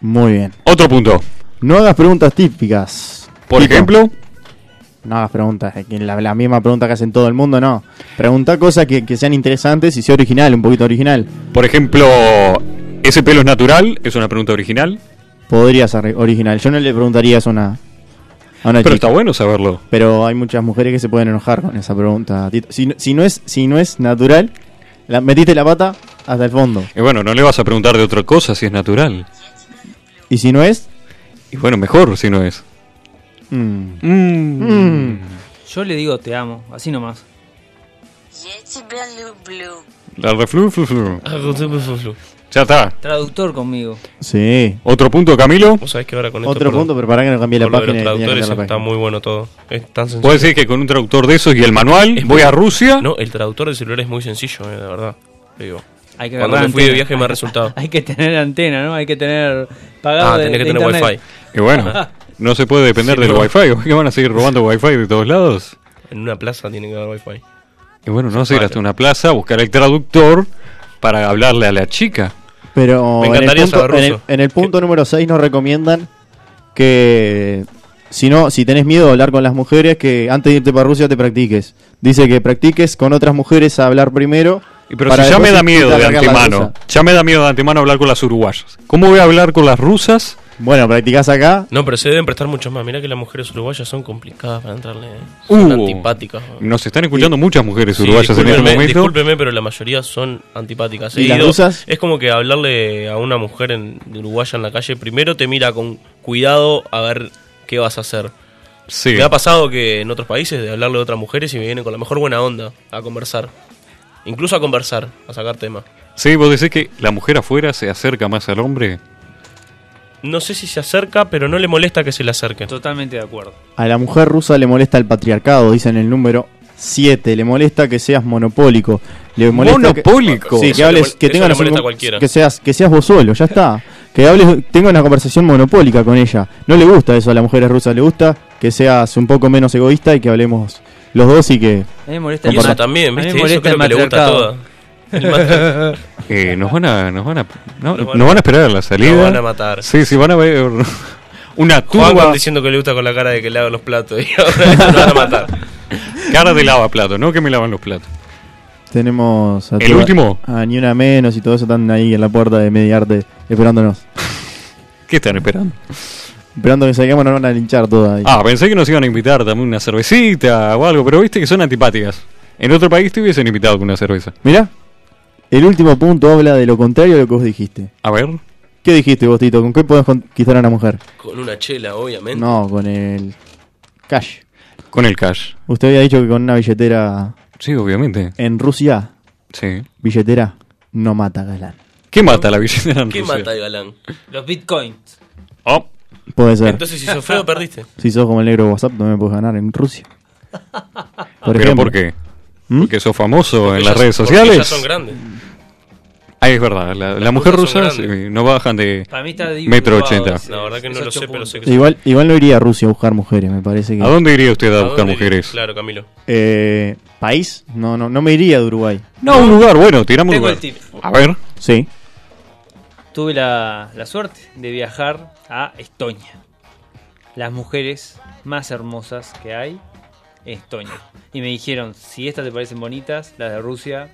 C: Muy bien.
B: Otro punto.
C: No hagas preguntas típicas.
B: Por
C: Tito.
B: ejemplo,
C: No hagas preguntas, eh, que la, la misma pregunta que hacen todo el mundo, no. Pregunta cosas que, que sean interesantes y sea original, un poquito original.
B: por ejemplo, ¿ese pelo es natural? Es una pregunta original.
C: Podría ser ri- original. Yo no le preguntaría eso a una, a una
B: Pero
C: chica.
B: está bueno saberlo.
C: Pero hay muchas mujeres que se pueden enojar con esa pregunta. Tito. Si, no- si, no, es, si no es natural, la, metiste la pata hasta el fondo.
B: Y bueno, no le vas a preguntar de otra cosa si es natural.
C: Y si no es...
B: Y bueno, mejor si no es.
C: mm,
B: Mm.
D: Yo le digo te amo, así nomás.
F: Я тебя люблю.
B: La reflu, flu, flu.
E: Ah, con su- su- su-
B: Ya está.
D: Traductor conmigo.
C: sí.
B: Otro punto, Camilo.
E: Vos sabés que ahora con esto,
C: Otro
E: perdón,
C: punto, pero para que no cambie la
E: con lo de
C: página. y
E: los
C: tenía que
E: traductores
C: cambiar la
E: está
C: página.
E: muy bueno todo. Es tan sencillo.
B: Puedes decir que con un traductor de esos y el manual
E: Es
B: voy
E: muy-
B: a Rusia.
E: No, el traductor del celular es muy sencillo, eh, de verdad. Te digo.
D: Hay que
E: Cuando
D: agarrar
E: me fui de
D: antena.
E: viaje me ha resultado.
D: Hay que tener antena, ¿no? Hay que tener pagado
E: Ah,
D: de-
E: tenés que
D: de
E: tener
D: internet.
E: wifi.
B: Y bueno, no se puede depender
E: Sí,
B: del
E: no.
B: wifi. ¿Qué van a seguir robando wifi de todos lados?
E: En una plaza tiene que haber wifi.
B: Y bueno, no sé, ir hasta una plaza, buscar el traductor para hablarle a la chica.
C: Pero
E: Me
C: en el,
E: encantaría
C: punto,
E: saber
C: en el-
E: ruso.
C: en el punto número 6 nos recomiendan que si no, si tenés miedo de hablar con las mujeres, que antes de irte para Rusia te practiques. Dice que practiques con otras mujeres a hablar primero.
B: Y Pero
C: para
B: si ya
C: después
B: me da
C: irte a
B: miedo de
C: largar la
B: antemano,
C: rusa.
B: ya me da miedo de antemano hablar con las uruguayas. ¿Cómo voy a hablar con las rusas?
C: Bueno, practicás acá.
E: No, pero se deben prestar mucho más. Mirá que las mujeres uruguayas son complicadas para entrarle. eh. Son
B: Uh.
E: antipáticas.
B: Nos están escuchando muchas mujeres
E: Sí,
B: uruguayas en este
E: discúlpenme,
B: momento.
E: discúlpenme, pero la mayoría son antipáticas. He
C: ¿Y las
E: ido-
C: rusas?
E: Es como que hablarle a una mujer en, de uruguaya en la calle, primero te mira con cuidado a ver qué vas a hacer.
B: Sí.
E: Me ha pasado que en otros países de hablarle a otras mujeres y me vienen con la mejor buena onda a conversar. Incluso a conversar, a sacar tema.
B: sí, vos decís que la mujer afuera se acerca más al hombre.
E: No sé si se acerca, pero no le molesta que se le acerque.
D: Totalmente de acuerdo.
C: A la mujer rusa le molesta el patriarcado, dicen el número 7. Le molesta que seas monopólico. Le molesta que-
B: Monopólico.
C: Sí,
E: Eso
C: que
E: le
C: hables,
E: mol-
C: que
E: eso
C: tengas
E: le
C: una-
E: molesta a cualquiera.
C: que seas, que seas vos solo, ya está. Que hables, tenga una conversación monopólica con ella. No le gusta eso a las mujeres rusas, le gusta que seas un poco menos egoísta y que hablemos los dos y que
D: A mí me molesta
E: Y
D: el
E: eso
D: mat-
E: también,
D: a mí
E: ¿viste?
D: me
E: Eso
D: molesta
E: creo que
D: el
E: le gusta a
D: matriarcado.
E: todas. El matri-
B: Eh, nos van a, nos van a, no,
E: Nos van a-
B: nos van a esperar a la salida.
E: Nos van a matar.
B: Sí, sí, van a ver una
E: Juan
B: turba
E: diciendo que le gusta con la cara de que lava los platos y ahora eso lo van a matar.
B: cara de lavaplato, no que me lavan los platos.
C: tenemos a
B: ¿El
C: toda-
B: último?
C: a ni una menos y todo eso están ahí en la puerta de Mediarte esperándonos.
B: ¿Qué están esperando?
C: Esperando que salgamos, nos van a linchar todas ahí.
B: Ah, pensé que nos iban a invitar también una cervecita o algo, pero viste que son antipáticas. En otro país te hubiesen invitado con una cerveza.
C: Mirá, el último punto habla de lo contrario a lo que vos dijiste.
B: A ver.
C: ¿Qué dijiste vos, Tito? ¿Con qué podés conquistar a una mujer?
E: Con una chela, obviamente.
C: No, con el cash.
B: Con el cash.
C: Usted había dicho que con una billetera
B: Sí, obviamente.
C: en Rusia
B: Sí.
C: Billetera no mata galán.
B: ¿Qué mata la billetera en
E: ¿Qué
B: Rusia?
E: mata el galán?
D: Los bitcoins.
B: Oh,
C: Puede ser.
E: Entonces, si sos feo, perdiste.
C: si sos como el negro de WhatsApp, no me puedes ganar en Rusia. Por
B: ¿Pero
C: ejemplo.
B: por qué?
C: ¿Mm?
B: ¿Porque sos famoso en las
E: Ellas-
B: redes
E: porque
B: sociales?
E: ellas son grandes.
B: Ah, es verdad. La, la mujer
E: rusas son
B: rusa
E: grandes.
B: sí, no bajan de
D: Para mí está
B: metro
D: dibujo,
B: ochenta.
D: sí.
E: La verdad que no
D: Es
E: lo
D: ocho
E: sé, pero sé que
C: Igual, igual no iría a Rusia a buscar mujeres, me parece que.
B: ¿A dónde iría usted a,
E: ¿A
B: buscar
E: dónde iría?
B: mujeres?
E: Claro, Camilo.
C: Eh, ¿País? No, no, no me iría de Uruguay.
B: No, un lugar, bueno, tiramos un
D: Tengo
B: lugar.
D: el tip.
B: A ver,
C: Sí.
D: Tuve la, la suerte de viajar a Estonia. Las mujeres más hermosas que hay en Estonia. Y me dijeron, si estas te parecen bonitas, las de Rusia,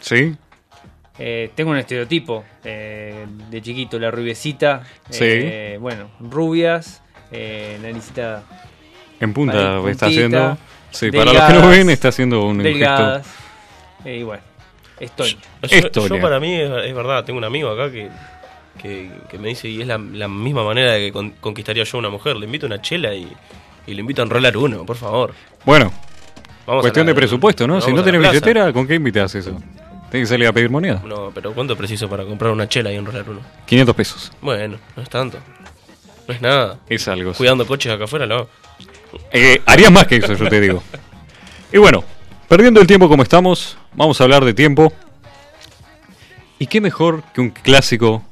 B: sí.
D: Eh, tengo un estereotipo eh, de chiquito, la rubiecita.
B: Sí.
D: eh, bueno, rubias, eh, naricita
B: En punta
D: Ahí,
B: está
D: puntita,
B: haciendo. Sí, para los que
D: delgadas,
B: no ven, está haciendo un
D: delgadas. eh, y bueno, estoy.
E: Yo- Yo,
B: Estonia.
E: para mí es, es verdad, tengo un amigo acá que, que, que me dice, y es la, la misma manera de que con- conquistaría yo a una mujer, le invito una chela y, y le invito a enrolar uno, por favor.
B: gesto. Bueno,
E: Vamos
B: cuestión
E: a la-
B: de presupuesto, ¿no?
E: nos
B: Si
E: vamos
B: no
E: a la
B: tenés
E: plaza.
B: billetera, ¿con qué invitas eso? Tienes que salir a pedir moneda.
E: No, pero ¿cuánto preciso para comprar una chela y enrolar uno?
B: 500 pesos.
E: Bueno, no es tanto. No es nada.
B: Es algo. sí.
E: Cuidando coches acá afuera, no.
B: Eh, harías más que eso, yo te digo. Y bueno, perdiendo el tiempo como estamos, vamos a hablar de tiempo. ¿Y qué mejor que un clásico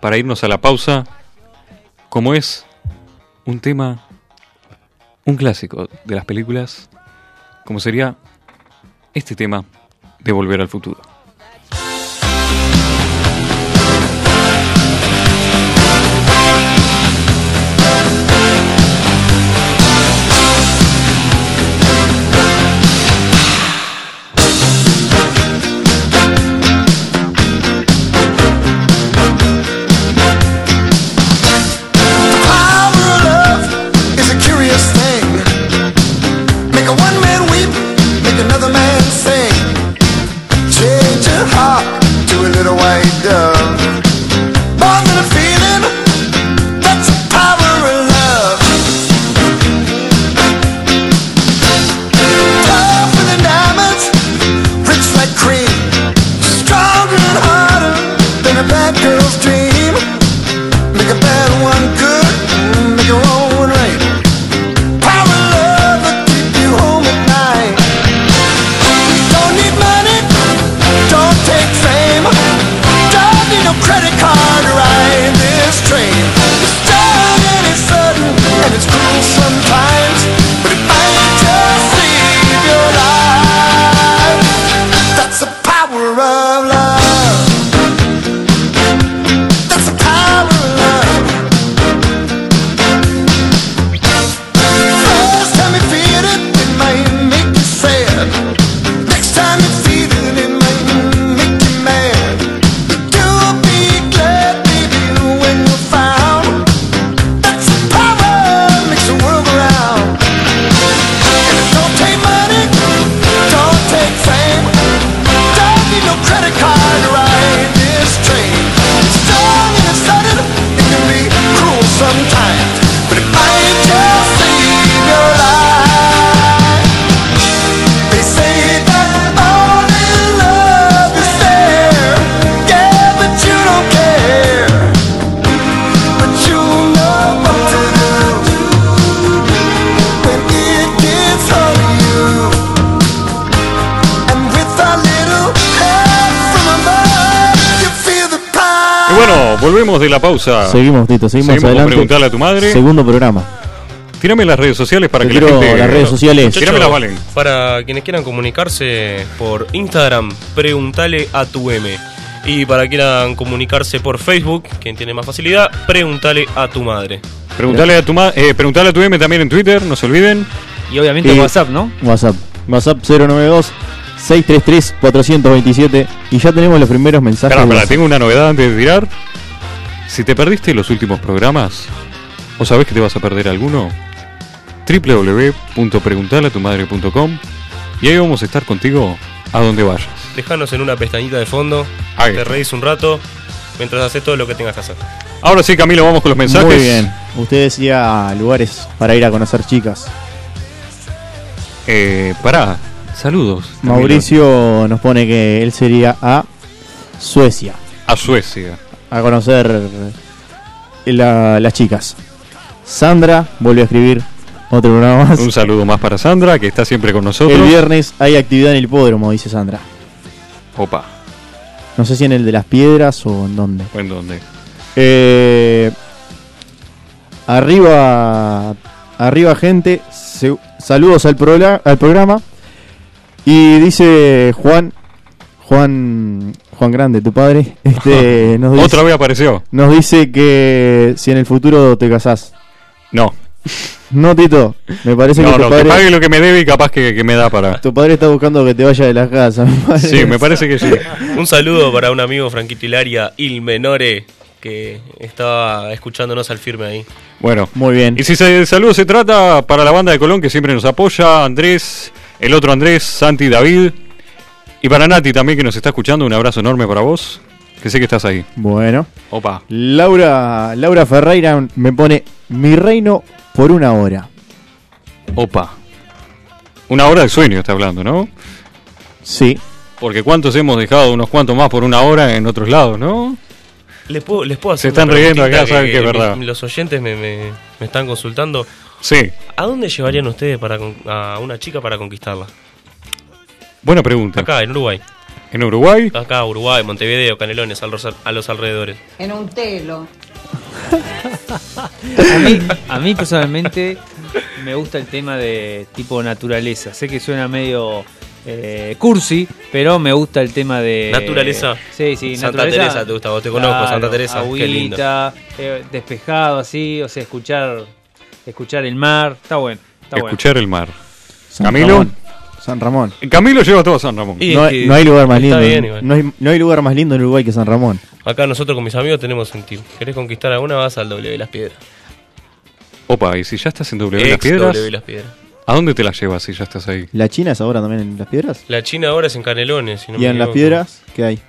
B: para irnos a la pausa? Como es un tema, un clásico de las películas, como sería este tema de Volver al Futuro.
G: Power of love is a curious thing. Make a one man weep, make another man sing. Change your heart to a little white dove. More than a feeling, that's the power of love. Tougher than diamonds, rich like cream. Stronger and harder than a bad girl's dream. Make a bad one good, mm, make a wrong one right. Power of love will keep you home at night. Don't need money, don't take fame. Don't need no credit card to ride this train. It's dark and it's sudden and it's cruel sometimes, but it might just save your life. That's the power of love. That's the power of love. First time you feel it, it might make you sad. Next time you feel it, it might make you mad. You'll be glad, baby, when you found that's the power makes the world go round. And it don't take money, don't take fame, don't need no credit card to ride this train. It's strong and it's sudden, it can be cruel sometimes, but it might just save your life. They say that all in love is fair, yeah, but you don't care, but you know what to do when it gets hold of you. And with a little help from above, you feel the power.
B: Y bueno, volvemos de la pausa.
C: Seguimos, Tito, seguimos,
B: Seguimos con
C: adelante.
B: Preguntale a tu madre.
C: Segundo programa.
B: Tírame las redes sociales para
C: Te
B: que la
C: tiro
B: gente...
C: las redes sociales.
B: Tírame las valen.
E: Para quienes quieran comunicarse por Instagram, preguntale a tu M. Y para quieran comunicarse por Facebook, quien tiene más facilidad, preguntale a tu madre.
B: Preguntale a tu ma- eh, preguntale a tu M también en Twitter, no se olviden.
D: Y obviamente
C: Y-
D: WhatsApp, ¿no?
C: WhatsApp. WhatsApp 092 633 427 y ya tenemos los primeros mensajes.
B: Espera,
C: de
B: espera,
C: WhatsApp.
B: tengo una novedad antes de tirar. Si te perdiste los últimos programas, o sabes que te vas a perder alguno, www.preguntalatumadre.com y ahí vamos a estar contigo a donde vayas.
E: Dejanos en una pestañita de fondo,
B: Ahí.
E: te reís un rato, mientras haces todo lo que tengas que hacer.
B: Ahora sí, Camilo, vamos con los mensajes.
C: Muy bien. Usted decía lugares para ir a conocer chicas.
B: Eh, pará, saludos. Camilo.
C: Mauricio nos pone que él sería a Suecia.
B: a Suecia.
C: a conocer la- las chicas. Sandra volvió a escribir otro programa más.
B: Un saludo más para Sandra, que está siempre con nosotros.
C: El viernes hay actividad en el hipódromo, dice Sandra.
B: Opa,
C: No sé si en el de las piedras o en dónde.
B: ¿en dónde?
C: Eh, arriba, arriba gente. Se- saludos al, prola- al programa. Y dice Juan, Juan, Juan Grande, tu padre. Este, nos dice,
B: Otra vez apareció.
C: nos dice que si en el futuro te casás.
B: No,
C: No, Tito, me parece
B: no,
C: que tu
B: no, que
C: padre,
B: pague lo que me debe y capaz que, que me da para.
C: tu padre está buscando que te vaya de la casa. me parece.
B: Sí, me parece que sí.
E: Un saludo para un amigo Franquito Hilaria, Il Menore, que estaba escuchándonos al firme ahí.
B: Bueno,
C: Muy bien.
B: y si se, el saludo se trata para la banda de Colón que siempre nos apoya, Andrés, el otro Andrés, Santi, David, y para Nati también que nos está escuchando, un abrazo enorme para vos, que sé que estás ahí.
C: Bueno.
B: Opa,
C: Laura, Laura Ferreira me pone mi reino por una hora.
B: opa. Una hora de sueño está hablando, ¿no?
C: Sí.
B: Porque cuántos hemos dejado, unos cuantos más por una hora en otros lados, ¿no?
E: Les puedo, les puedo hacer
B: Se
E: una
B: están riendo
E: preguntita
B: acá, saben que es verdad.
E: mis- Los oyentes me, me- me están consultando.
B: Sí,
E: ¿A dónde llevarían ustedes para con- a una chica para conquistarla?
B: buena pregunta.
E: Acá, en Uruguay.
B: En Uruguay,
E: Acá, Uruguay, Montevideo, Canelones, a los, a los alrededores.
H: En un telo.
D: A mí, a mí personalmente me gusta el tema de tipo naturaleza. Sé que suena medio eh, cursi, pero me gusta el tema de.
E: Naturaleza.
D: Sí, sí,
E: Santa
D: naturaleza.
E: Teresa te gusta, vos te conozco, Santa Teresa, qué lindo.
D: agüita, eh, despejado así, o sea, escuchar, escuchar el mar. Está bueno, está
B: escuchar el mar.
C: San
B: Camilo.
C: Ramón. San Ramón.
B: Camilo lleva todo a San Ramón.
E: Y
C: No,
E: es
C: hay-
E: que
C: no hay lugar más
E: está
C: lindo.
E: bien igual.
C: no, hay, no hay lugar más lindo en Uruguay que San Ramón.
E: Acá nosotros con mis amigos tenemos un tip. ¿Querés conquistar alguna? Vas al W de las piedras.
B: Opa, y si ya estás en W Las
E: Ex
B: Piedras,
E: W de las piedras.
B: ¿a dónde te las llevas si ya estás ahí?
C: ¿La China es ahora también en las piedras?
E: La China ahora es en Canelones. si no
C: y
E: me
C: en las
E: equivoco.
C: piedras, ¿qué hay?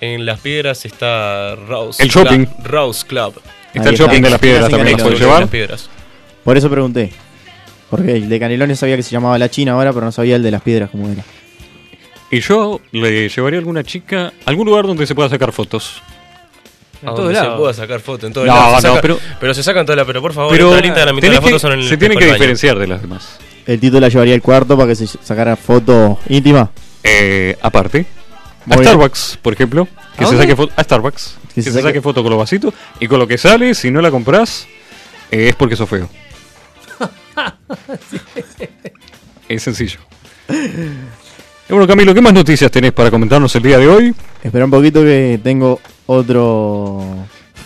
E: En las piedras está Rouse.
B: El shopping.
E: Cla- Rouse Club.
B: Está
C: Ahí
B: el shopping
C: está.
B: de las piedras
C: Ex-
B: también, las
E: Ex
C: Ex-
B: puedes
E: W de
B: llevar.
E: las piedras.
C: Por eso pregunté. Porque el de Canelones sabía que se llamaba La China ahora, pero no sabía el de las piedras como era.
B: Y yo le llevaría a alguna chica a algún lugar donde se pueda sacar fotos.
D: bueno. En
E: A
D: todos
E: donde
D: lados.
E: se pueda sacar fotos en todos
B: No,
E: lados. Se
B: no,
E: saca-
B: pero-
E: se sacan todas las. Pero por favor,
B: Pero
E: entra al Instagram y todas
B: tenés
E: las
B: que-
E: fotos son en el
B: se tienen que
E: después del baño.
B: diferenciar de las demás.
C: El Tito la llevaría al cuarto para que se sacara foto íntima.
B: Eh, aparte,
C: Muy
B: a
C: bien.
B: Starbucks, por ejemplo, que
C: ¿A
B: se
C: dónde?
B: saque foto a Starbucks, Ah, que, se, saque... foto con los vasitos y con lo que sale, si no la compras, eh, es porque sos feo. es sencillo. Y Bueno, Camilo, ¿qué más noticias tenés para comentarnos el día de hoy?
C: Espera un poquito que tengo otro.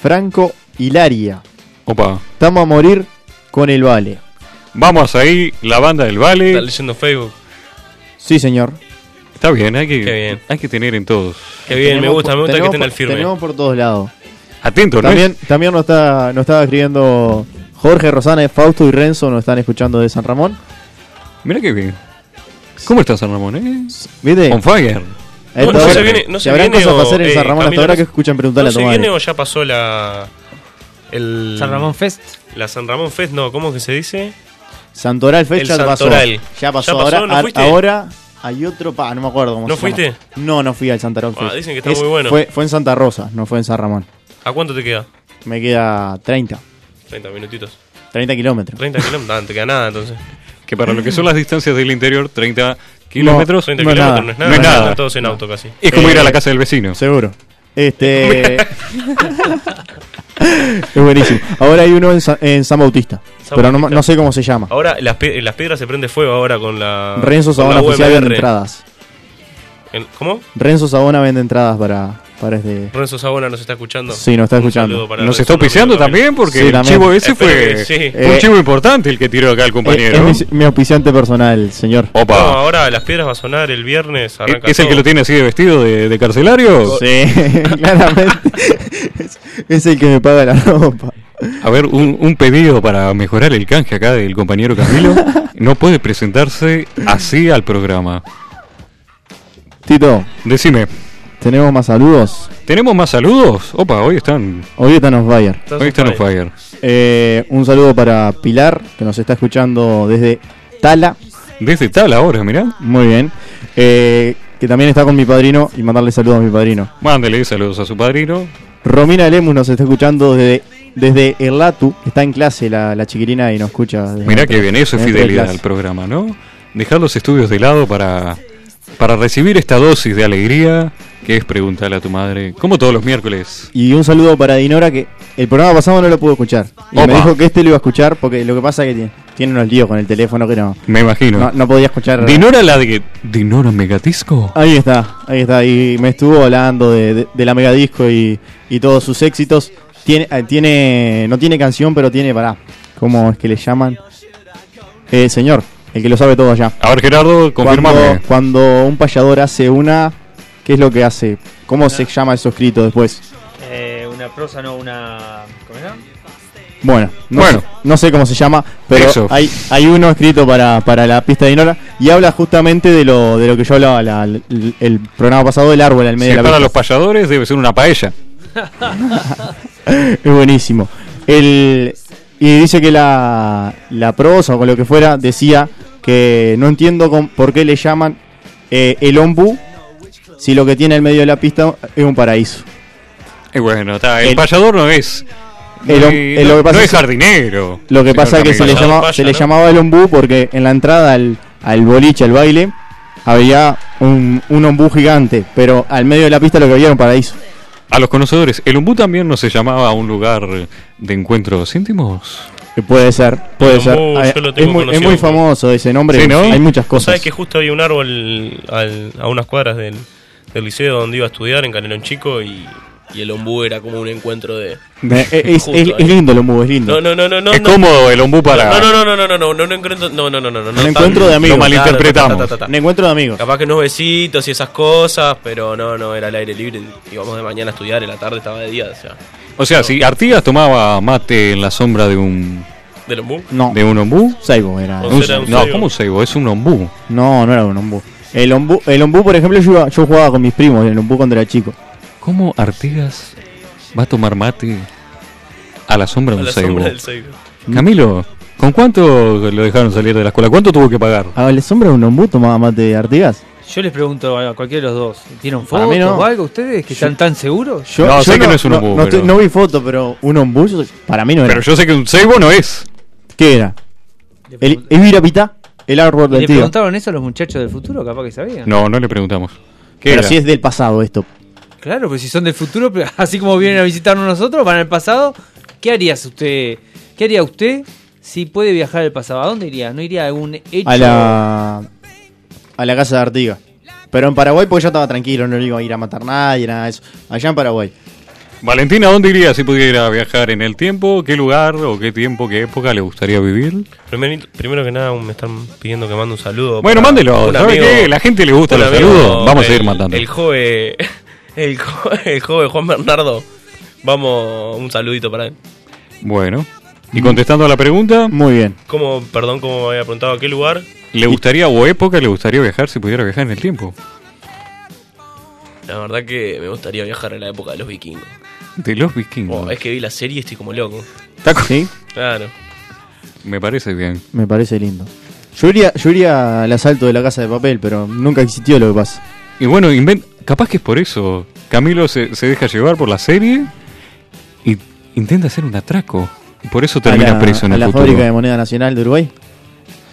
C: Franco Hilaria.
B: Opa,
C: Estamos a morir con el vale.
B: vamos ahí, la banda del
E: Está
B: Vale.
E: leyendo Facebook.
C: Sí, señor.
B: Está bien, hay que,
E: Qué bien.
B: Hay que tener en todos.
E: Qué bien, me
C: Tenemos
E: gusta,
C: por-
E: me gusta que
C: tenemos
E: estén
C: por-
E: al firme.
C: Tenemos por todos lados.
B: Atento, ¿no?
C: También, también nos, está, nos estaba escribiendo Jorge, Rosana, Fausto y Renzo, nos están escuchando de San Ramón.
B: Mira qué bien. ¿Cómo estás, San Ramón? eh?
C: ¿Viste?
B: On fire.
C: A esta
E: No, no
C: hora-
E: se viene- no
C: si
E: se
C: habrán
E: viene
C: cosas
E: o-
C: para hacer en
E: eh,
C: San Ramón hasta
E: Camilo,
C: ahora
E: no-
C: que escuchan preguntarle
E: ¿No
C: a tu
E: se viene
C: madre.
E: o ya pasó la. El,
D: San Ramón Fest.
E: La San Ramón Fest, no, ¿cómo que se dice?
C: Santoral
E: El
C: fecha ya pasó.
E: Santoral.
C: Ya pasó.
E: Ya pasó,
C: ahora,
E: ¿no
C: a-
E: fuiste?
C: ahora hay otro. Pa, no me acuerdo cómo
E: ¿No
C: se llama.
E: fuiste?
C: No, no fui al Santoral
E: Ah,
C: Fest.
E: dicen que está muy bueno.
C: Fue, fue en Santa Rosa, no fue en San Ramón.
E: ¿A cuánto te queda?
C: Me queda 30.
E: 30 minutitos.
C: 30 kilómetros.
E: 30 kilómetros, Ah, no te queda nada entonces.
B: Que para lo que son las distancias del interior, 30 kilómetros.
E: 30
C: No es nada,
E: kilómetros no es nada,
B: no es nada.
E: están todos en auto casi.
B: Es como
C: Eh,
B: ir a la casa del vecino.
C: Seguro. Este. es buenísimo. Ahora hay uno en San, en San Bautista.
E: San
C: pero no, ma-
E: Bautista.
C: no sé cómo se llama.
E: Ahora las, pie- las piedras se prende fuego ahora con la.
C: Renzo
E: con la
C: Sabona oficial vende
E: UMR.
C: entradas.
E: El- ¿Cómo?
C: Renzo Sabona vende entradas para, para este.
E: Renzo Sabona nos está escuchando.
C: Sí, nos está
E: Un
C: escuchando.
E: saludo para
B: Nos
E: Renzo,
B: está
E: un amigo
B: auspiciando también porque
C: Sí,
B: el
C: también.
B: chivo ese
E: Espero
B: fue
E: que sí.
B: un
C: Eh,
B: chivo importante el que tiró acá el
C: Eh,
B: compañero.
C: es mi, mi auspiciante personal, señor.
E: No,
B: Opa.
E: ahora las piedras va a sonar el viernes. Arranca
B: ¿Es el que
E: todo.
B: lo tiene así de vestido de, de carcelario?
C: Sí,
E: oh.
C: claramente. es, es el que me paga la ropa.
B: A ver, un, un pedido para mejorar el canje acá del compañero Camilo. No puede presentarse así al programa.
C: Tito,
B: Decime,
C: tenemos más saludos.
B: ¿tenemos más saludos? Opa, hoy están,
C: Hoy están los Bayer.
E: Estás
B: hoy están
E: on
B: on fire.
C: Eh, un saludo para Pilar, que nos está escuchando desde Tala.
B: Desde tal ahora, mirá.
C: Muy bien. Eh, que también está con mi padrino, y mandarle saludos a mi padrino.
B: Mándele saludos a su padrino.
C: Romina Lemus nos está escuchando desde, desde el Latu. Está en clase la, la chiquilina y nos escucha. desde
B: Mirá
C: dentro-
B: que bien, eso es
C: dentro de
B: fidelidad
C: clase.
B: al programa, ¿no? Dejar los estudios de lado para, para recibir esta dosis de alegría que es preguntarle a tu madre, como todos los miércoles.
C: Y un saludo para Dinora que el programa pasado no lo pudo escuchar. Y
B: Opa.
C: me dijo que este lo iba a escuchar porque lo que pasa es que tiene, tiene unos líos con el teléfono que no,
B: Me imagino.
C: no, no podía escuchar.
B: Dinora la de... ¿Dinora Megatisco?
C: Ahí está, ahí está. Y me estuvo hablando de, de- de la megadisco y, y todos sus éxitos. Tiene, eh, tiene, no tiene canción, pero tiene, pará, ¿cómo es que le llaman? Eh, señor, el que lo sabe todo allá.
B: A ver, Gerardo, confirmame.
C: Cuando, cuando un payador hace una, ¿qué es lo que hace? ¿Cómo se llama eso escrito después?
D: Eh, una prosa, no, una. ¿Cómo era?
C: Bueno, no,
B: Bueno.
C: Sé, no sé cómo se llama, pero
B: Eso.
C: hay, hay uno escrito para, para la pista de Dinora y habla justamente de lo, de lo que yo hablaba la- la- el programa pasado del árbol al
B: Si
C: medio
B: es
C: de la
B: para
C: pista.
B: los payadores, debe ser una paella.
C: Es buenísimo. El, y dice que la, la prosa o con lo que fuera decía que no entiendo con- por qué le llaman eh, el ombu si lo que tiene al medio de la pista es un paraíso.
B: Y bueno, está, el,
C: El-
B: payador no es...
C: El hom-
B: eh,
C: el- lo que
B: no
C: pasa
B: es
C: es-
B: jardinero.
C: Lo que
B: señor
C: pasa es que se le,
B: Camilo.
E: payador
C: llama,
E: paya,
C: se le
E: ¿no?
C: llamaba el ombú porque en la entrada al, al boliche, al baile, había un, un ombú gigante, pero al medio de la pista lo que había era un paraíso.
B: A los conocedores, ¿el umbú también no se llamaba un lugar de encuentros íntimos?
C: Que Puede ser, puede
E: El
C: ser.
E: ombú,
C: Ah,
E: yo lo
C: es,
E: tengo
C: muy, es
E: conocido.
C: muy famoso ese nombre,
B: Sí, ¿no?
C: hay muchas
E: Vos
C: cosas.
E: sabés que justo había un árbol al- a unas cuadras del, del liceo donde iba a estudiar en Canelón Chico y, y el ombú era como un encuentro de.
C: Eh, Es, es-
E: Justo ahí.
C: es lindo el ombú, es lindo.
E: No, no, no, no, no.
B: es
E: no.
B: cómodo el ombú para...
E: No, no, no, no, no, no, no, no, no encuentro, no, no, no, no, no, no,
C: Un
E: tan-
C: encuentro de amigos.
B: Lo malinterpretamos.
E: Ta, ta, ta, ta, ta,
C: Un
E: ta.
C: encuentro de amigos.
E: Capaz que unos besitos y esas cosas, pero no, no, era al aire libre. Íbamos de mañana a estudiar, en la tarde estaba de día, o sea,
B: O sea, si Artigas tomaba mate en la sombra de un
E: del ombú.
C: No,
B: de un ombú,
C: Saibo era.
E: O
B: un-
E: sea, era un
B: no,
E: ceibo.
B: ¿cómo ceibo? Es un ombú.
C: No, no era un ombú. El ombú, el ombú por ejemplo, yo, iba- yo jugaba con mis primos, el ombú cuando era chico.
B: ¿Cómo Artigas va a tomar mate a la sombra
E: A
B: de un
E: la
B: ceibo?
E: sombra del ceibo.
B: Camilo, ¿con cuánto lo dejaron salir de la escuela? ¿Cuánto tuvo que pagar?
C: A la Ah, sombra de un ombú tomaba mate de Artigas.
D: Yo les pregunto a cualquiera de los dos, ¿tienen
C: Para
D: fotos
C: mí no.
D: o algo ustedes que están tan seguros?
C: Yo,
B: No,
C: yo
B: sé que no es un ombú,
C: No,
B: pero-
C: te- no vi foto, pero un ombú yo- para mí no era.
B: Pero yo sé que un ceibo no es.
C: ¿Qué era?
D: Le
C: El,
D: pregun-
C: el virapitá, el árbol
D: ¿Le
C: del tío.
D: preguntaron eso a los muchachos del futuro? Capaz que sabían.
B: No, no le preguntamos. ¿Qué
C: Pero
B: era?
C: si es del pasado esto.
D: Claro, pero si son del futuro, pero así como vienen a visitarnos nosotros, van al pasado. ¿Qué harías usted? ¿Qué haría usted si puede viajar al pasado? ¿A dónde iría? ¿No iría a algún hecho?
C: A la. A la casa de Artigas. Pero en Paraguay, porque yo estaba tranquilo, no iba a ir a matar nadie, nada de eso. Allá en Paraguay.
B: Valentina, ¿a ¿dónde iría si pudiera viajar en el tiempo? ¿Qué lugar o qué tiempo, qué época le gustaría vivir?
E: Primero, primero que nada, me están pidiendo que mande un saludo.
B: Bueno,
E: para
B: mándelo.
E: un
B: ¿Sabe
E: amigo-
B: qué? La gente le gusta
E: un
B: los
E: amigo,
B: saludos. Vamos a
E: el-
B: ir mandando.
E: El jove, el jove, el jove Juan Bernardo. Vamos, un saludito para él.
B: Bueno, y contestando a la pregunta,
C: Muy bien.
E: ¿Cómo, perdón, cómo me había preguntado a qué lugar?
B: ¿le gustaría o época le gustaría viajar si pudiera viajar en el tiempo?
E: La verdad que me gustaría viajar a la época de los vikingos.
B: De los vikingos.
C: Oh,
E: Wow, es que vi la serie y estoy como loco.
B: Está co-
C: ¿Sí?
E: Claro.
B: Me parece bien.
C: Me parece lindo. Yo iría, yo iría al asalto de la casa de papel, pero nunca existió lo que pasa.
B: Y bueno, inven- capaz que es por eso. Camilo se, se deja llevar por la serie y intenta hacer un atraco. Y por eso termina
C: a la,
B: preso en
C: a
B: el
C: la
B: futuro.
C: fábrica de moneda nacional de Uruguay.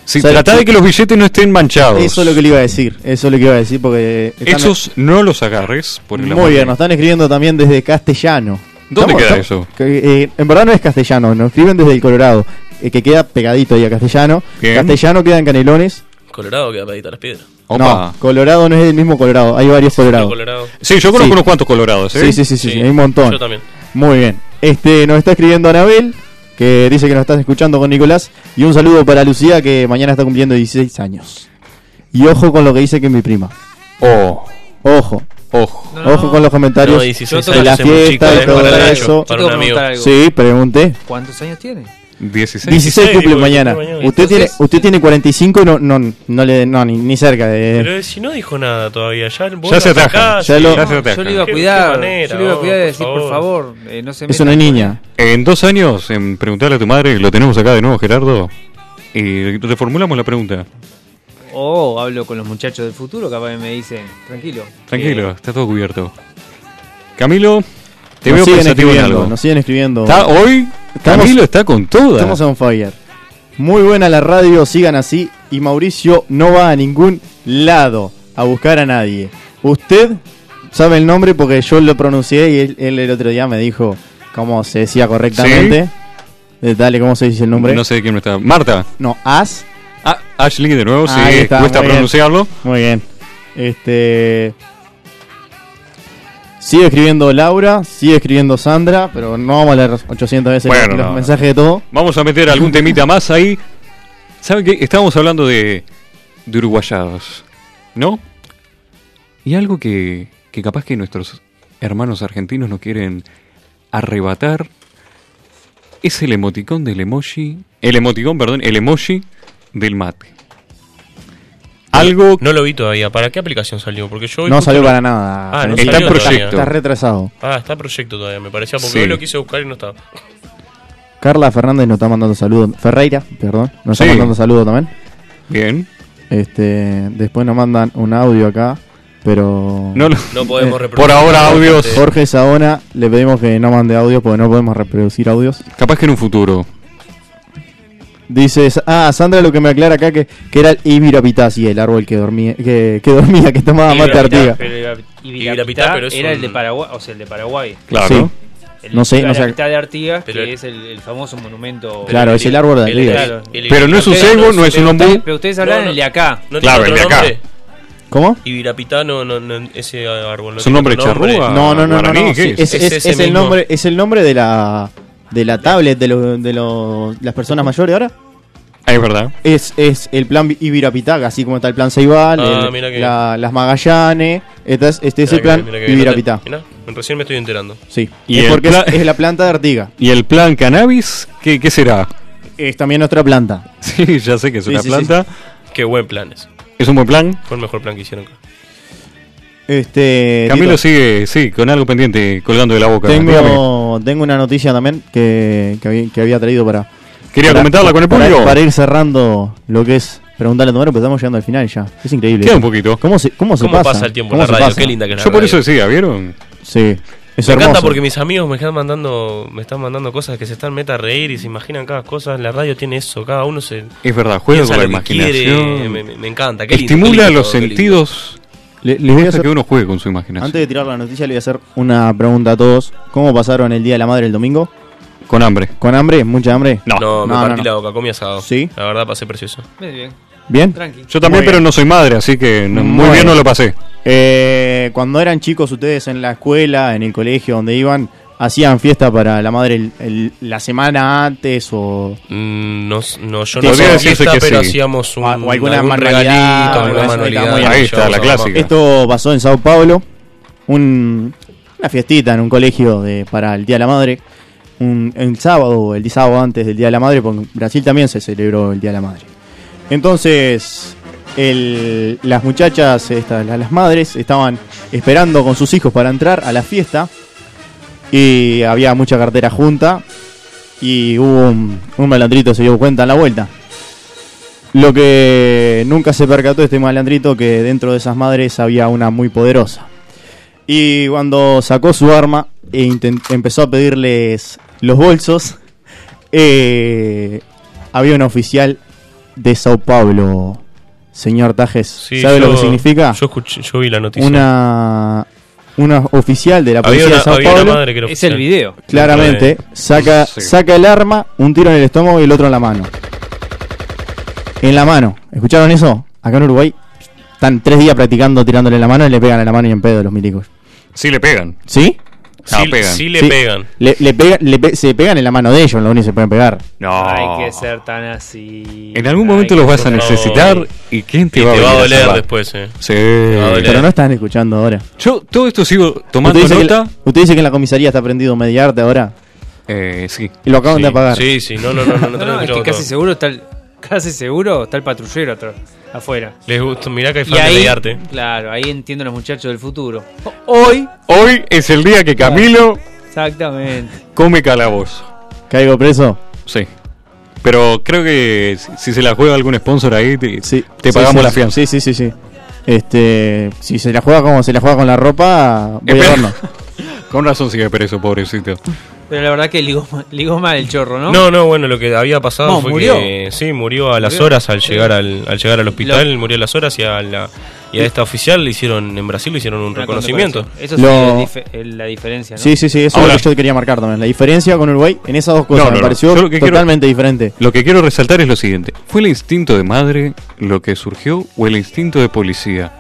B: Si
C: ¿Sabe
B: trata
C: qué?
B: de que los billetes no estén manchados.
C: Eso es lo que le iba a decir. Eso es lo que iba a decir porque. están-
B: Esos no los agarres, por el amor
C: Muy bien,
B: de-
C: nos están escribiendo también desde castellano.
B: ¿Dónde queda eso?
C: que, eh, en verdad no es castellano, nos escriben desde el Colorado, eh, que queda pegadito ahí a castellano.
B: Bien.
C: Castellano queda en Canelones.
E: Colorado queda pedita las piedras.
B: Opa.
C: No, Colorado no es el mismo Colorado, hay varios Colorados.
E: Colorado.
B: Sí, yo conozco
C: Sí.
B: unos cuantos colorados, ¿eh?
C: Sí, sí, sí, sí, sí, hay un montón.
E: Yo también.
C: Muy bien. Este, nos está escribiendo Anabel, que dice que nos estás escuchando con Nicolás. Y un saludo para Lucía, que mañana está cumpliendo 16 años. Y ojo con lo que dice que es mi prima.
B: Oh,
C: Ojo,
B: ojo.
D: No, no,
C: ojo con los comentarios.
E: No, 16
C: de la
E: años es muy chico,
C: fiesta
E: eh,
C: y todo
E: para Nacho,
C: eso.
E: para
D: Yo
E: un
D: te voy a
E: amigo.
D: preguntar algo.
C: Sí, pregunté.
D: ¿Cuántos años tiene?
B: 16.
C: 16 cumple
E: digo,
C: mañana.
E: cumple mañana.
C: Usted tiene
D: Entonces-
C: usted tiene 45 y no no no le no ni, ni cerca de
E: Pero si no dijo nada todavía, ya, el- vos
B: Ya se
E: lo
B: ataja.
E: sacás,
C: Ya
E: sí.
C: lo-
B: Ya se ataja.
D: Yo le iba a
E: ¿Qué- qué
D: cuidar.
E: manera,
D: yo le iba a cuidar y
E: vos,
D: decir,
E: por
D: por favor, eh, no se
C: Eso no es
D: metan.
C: niña.
B: En dos años, en preguntarle a tu madre, lo tenemos acá de nuevo, Gerardo. Y reformulamos la pregunta.
D: O Oh, hablo con los muchachos del futuro, capaz que me dicen, tranquilo. Eh,
B: Tranquilo, está todo cubierto. Camilo, te
C: Nos
B: veo
C: siguen
B: pensativo en
C: escribiendo,
B: algo.
C: Nos siguen escribiendo.
B: Está hoy,
C: Estamos-
B: Camilo está con toda.
C: Estamos on fire. Muy buena la radio, sigan así. Y Mauricio no va a ningún lado a buscar a nadie. Usted sabe el nombre porque yo lo pronuncié y él, él el otro día me dijo cómo se decía correctamente. Eh, Dale, ¿cómo se dice el nombre?
B: No sé de quién me está. Marta.
C: No, As.
B: Ah, Ashley de nuevo,
C: Ahí
B: sí,
C: está,
B: cuesta
C: muy bien.
B: pronunciarlo.
C: Muy bien. Este. Sigue escribiendo Laura, sigue escribiendo Sandra, pero no vamos a leer 800 veces
B: Bueno,
C: los, los
B: no, no.
C: mensajes de todo.
B: Vamos a meter algún temita más ahí. ¿Saben qué? Estábamos hablando de, de uruguayados, ¿no? Y algo que, que capaz que nuestros hermanos argentinos no quieren arrebatar es el emoticón del emoji. El emoticón, perdón, el emoji del mate. Algo
E: No lo vi todavía. ¿Para qué aplicación salió? Porque yo hoy
C: No
E: justo
C: salió
E: lo-
C: para nada.
E: Ah, no
B: Está en
E: salió todavía.
B: proyecto.
C: Está retrasado.
E: Ah, está proyecto todavía, me parecía. Porque
B: Sí.
E: hoy lo quise buscar y no estaba.
C: Carla Fernández nos está mandando saludos. Ferreira, perdón, nos
B: Sí.
C: está mandando saludos también.
B: bien.
C: Este, después nos mandan un audio acá, pero
B: No lo-
E: No podemos
C: Eh,
E: reproducir.
B: por ahora audios.
C: Jorge Saona le pedimos que no mande audios porque no podemos reproducir audios.
B: Capaz que en un futuro.
C: Dice, ah, Sandra lo que me aclara acá que, que era el Ibirapitazi, el árbol que dormía, que, que dormía, que tomaba mate
D: Ibirapitá,
C: Artiga.
D: pero Ibirapitá-
E: Ibirapitá, pero es
D: era el de
E: un-
D: Paraguay, o sea, el de Paraguay.
B: Claro.
C: Sí.
D: El
C: No sé, no sé.
D: Ibirapitá de Artigas,
E: Pero-
D: que es el, el famoso monumento.
C: Claro, es el árbol de
E: El-
C: Artigas.
D: Claro.
E: el- el-
B: Pero no es un
E: Ustedes
B: cebo,
E: no-
B: no es un
D: Pero ustedes-
B: ombú.
D: Pero ustedes hablan
E: No, no.
D: el de acá.
E: No tiene
B: Claro,
E: otro
B: el de acá.
E: nombre.
C: ¿cómo?
E: Y Virapitá no, no, no, ese árbol no
B: ¿Es un
E: tiene
B: nombre
E: otro nombre.
B: charrúa?
C: No, no, no, no,
B: Ah, guaraní,
C: no,
B: ¿qué
C: sí,
B: es?
C: Es, es-
E: Es ese
C: es el
E: mismo.
C: nombre, es el nombre de la de la tablet de, lo- de lo- las personas mayores ahora.
B: Ah, es verdad.
C: Es, es el plan Ibirapitaca, así como está el plan Ceibal,
E: Ah,
C: el-
E: mira que
C: la- las Magallanes. Este es, este es
E: Mirá
C: el
E: que-
C: plan
E: mirá que-
C: Ibirapitá.
E: Mirá, recién me estoy enterando.
C: Sí.
B: Y
C: es
B: el
C: porque
B: pla-
C: es, es la planta de Artiga.
B: ¿Y el plan cannabis? ¿Qué, qué será?
C: Es también nuestra planta.
B: Sí, ya sé que es
C: Sí,
B: una
C: sí,
B: planta.
E: Qué buen plan es.
B: Es un buen plan.
E: Fue el mejor plan que hicieron.
C: Este,
B: Camilo
C: Tito,
B: sigue, sí, con algo pendiente colgando de la boca. Dígame.
C: tengo, tengo una noticia también que, que, había, que había traído para,
B: Quería
C: para-
B: comentarla con el
C: para-
B: público.
C: Para ir cerrando lo que es preguntarle a tu pero estamos llegando al final ya. Es increíble.
B: Queda un poquito.
C: ¿Cómo se, cómo se
E: ¿Cómo
C: pasa?
E: pasa? el tiempo en
C: ¿Cómo
E: la
C: se
E: radio?
C: pasa?
E: Qué linda que es la
B: Yo por eso
E: radio.
B: decía, ¿vieron?
C: Sí. Es
E: me
C: hermoso.
E: encanta porque mis amigos me están mandando, me están mandando cosas que se están meta a reír y se imaginan cada cosa. La radio tiene eso, cada uno se
B: Es verdad, juega con la
E: lo que quiere.
B: imaginación.
E: Me, me- me encanta. qué lindo, qué
B: Estimula
E: lindo,
B: los
E: qué lindo.
B: sentidos.
C: Le- les voy a
B: Le hace
C: hacer-
B: que uno juegue con su imaginación.
C: Antes de tirar la noticia, le voy a hacer una pregunta a todos. ¿Cómo pasaron el Día de la Madre el domingo?
B: Con hambre.
C: ¿Con hambre? ¿Mucha hambre?
B: No.
E: No, me
C: No, no,
E: partí
C: no.
E: la boca, comí asado.
C: Sí.
E: La verdad pasé precioso.
D: Bien, bien,
C: ¿Bien?
D: tranqui.
B: Yo también,
C: Muy
B: pero
C: bien.
B: no soy madre, así que no- muy
C: Muy
B: bien
C: bien.
B: no lo pasé.
C: Eh, cuando eran chicos ustedes en la escuela, en el colegio, donde iban, ¿hacían fiesta para la madre el- el- la semana antes o...?
E: Mm, No, s- no, yo
B: Podría
E: no sé
B: decirse que
E: pero
B: sí.
E: hacíamos un,
C: O alguna
E: algún
C: manualidad,
E: regalito, alguna
C: alguna
E: manualidad.
C: muy
B: Ahí está, la clásica.
C: Esto pasó en Sao Paulo, un- una fiestita en un colegio de, para el Día de la Madre, un, el sábado, el sábado antes del Día de la Madre, porque en Brasil también se celebró el Día de la Madre. Entonces, el- las muchachas, estas, la- las madres, estaban esperando con sus hijos para entrar a la fiesta y había mucha cartera junta y hubo un, un malandrito, se dio cuenta en la vuelta. Lo que nunca se percató este malandrito que dentro de esas madres había una muy poderosa. Y cuando sacó su arma e inten- empezó a pedirles los bolsos, eh, había un oficial de Sao Paulo, señor Tajes.
E: Sí,
C: ¿Sabe lo
E: yo-
C: que significa?
E: Yo, escuché, yo vi la noticia.
C: Una, una oficial de la
E: había
C: policía
E: una,
C: de Sao
E: había una
C: Paulo
E: madre que era
D: Es el
E: oficial.
D: video.
C: Claramente, saca,
B: Sí.
C: saca el arma, un tiro en el estómago y el otro en la mano. En la mano. ¿Escucharon eso? Acá en Uruguay están tres días practicando tirándole en la mano y le pegan en la mano y en pedo los milicos.
B: Sí le pegan.
C: ¿Sí?
B: Ah,
E: Sí,
B: pegan.
E: sí le
C: Sí.
E: pegan.
C: Le, le pega- le pe- se pegan en la mano de ellos, lo único que se pueden pegar.
B: No.
D: Hay que ser tan así.
B: En algún
D: Hay
B: momento
D: que
B: los vas a
D: ser-
B: necesitar
E: No.
B: y ¿quién te
E: Y
B: va a
E: te va a
B: venir
E: doler
B: salvar?
E: después, eh.
B: Sí.
E: va a doler.
C: Pero no están escuchando ahora.
B: Yo todo esto sigo tomando
C: Usted dice, que
B: nota.
C: la- usted dice que en la comisaría está prendido mediarte ahora.
B: Eh, sí.
C: Y lo acaban
E: sí.
C: de apagar.
E: Sí, sí, no, no, no, no, no,
D: No, no,
E: te lo
D: es que
E: escuchamos
D: casi
E: todo.
D: seguro está el, casi seguro está el patrullero atrás, afuera.
E: Les gusta, mirá que hay
D: Y
E: fan de
D: ahí,
E: mediarte.
D: claro, ahí entiendo a los muchachos del futuro. Hoy,
B: Hoy es el día que Camilo
D: exactamente.
B: come calabozo.
C: Caigo preso.
B: Sí. Pero creo que si- si se la juega algún sponsor ahí, te,
C: Sí.
B: te
C: Sí,
B: pagamos
C: sí,
B: la fianza.
C: Sí, sí, sí, sí. Este, si se la juega como se la juega con la ropa, voy
B: Espera.
C: a verlo.
B: Con razón sigue preso, pobrecito.
D: Pero la verdad que ligó, ma- ligó mal el chorro, ¿no?
E: ¿No? no, bueno, lo que había pasado
D: No,
E: fue
D: murió.
E: que sí, murió a las
D: Murió.
E: horas al llegar al, al llegar al hospital,
D: Lo-
E: murió a las horas y a la y a esta oficial le hicieron en Brasil le hicieron un
D: Una
E: reconocimiento.
D: condecoración. Eso
C: Lo-
D: es el dif- el- la diferencia, ¿no?
C: Sí, sí, sí, eso
B: Ahora-
C: es lo que yo quería marcar también. La diferencia con Uruguay en esas dos cosas
B: No, no,
C: me
B: no.
C: pareció
B: Yo lo que quiero-
C: totalmente diferente.
B: Lo que quiero resaltar es lo siguiente. ¿Fue el instinto de madre lo que surgió o el instinto de policía?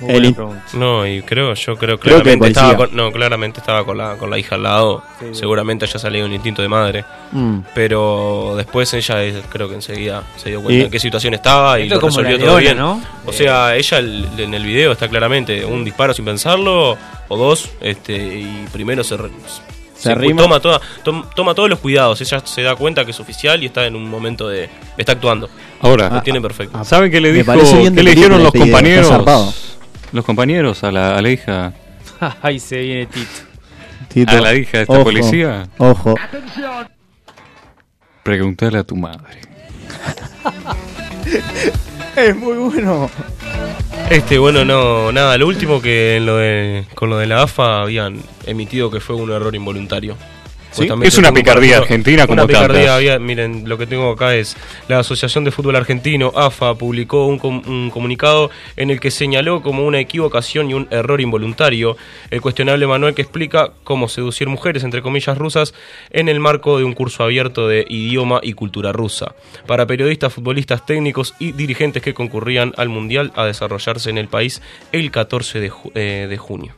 D: Muy buena
C: El-
D: pregunta.
E: No, y creo, yo creo
C: Creo que
E: claramente estaba
C: policía.
E: con, no, claramente estaba con la con la hija al lado, seguramente haya salido un instinto de madre,
C: Mm.
E: pero después ella eh, creo que enseguida se dio cuenta
C: Y-
E: de qué situación estaba y
D: Esto es
E: lo
D: como la
E: resolvió todo
D: leona,
E: bien,
D: ¿no?
E: O sea, ella el- en el video está claramente un disparo sin pensarlo o dos, este y primero se re-
C: Se
E: se
C: arrima.
E: toma toda tom- toma todos los cuidados, ella se da cuenta que es oficial y está en un momento de está actuando.
B: Ahora,
C: Ah,
E: Lo tiene perfecto.
B: ¿Saben qué le
C: Me
B: dijo?
C: parece bien
B: ¿Qué
C: de
B: le
C: película
B: dijeron los
C: este video, está
B: compañeros?
C: zarpado.
B: Los compañeros a la, a la hija.
D: Ahí se viene Tito.
C: Tito,
B: A Ah, la hija de esta policía.
C: Ojo.
B: Preguntale a tu madre.
C: Es muy bueno.
E: Este, bueno, no, nada, lo último que en lo de, con lo de la AFA habían emitido que fue un error involuntario. Justamente
B: Es una
E: tengo
B: picardía
E: para-
B: argentina como
E: una picardía,
B: tantas.
E: había- miren, lo que tengo acá es la Asociación de Fútbol Argentino, AFA, publicó un, com- un comunicado en el que señaló como una equivocación y un error involuntario el cuestionable manual que explica cómo seducir mujeres, entre comillas, rusas en el marco de un curso abierto de idioma y cultura rusa para periodistas, futbolistas, técnicos y dirigentes que concurrían al Mundial a desarrollarse en el país el 14 de, ju- eh, de junio.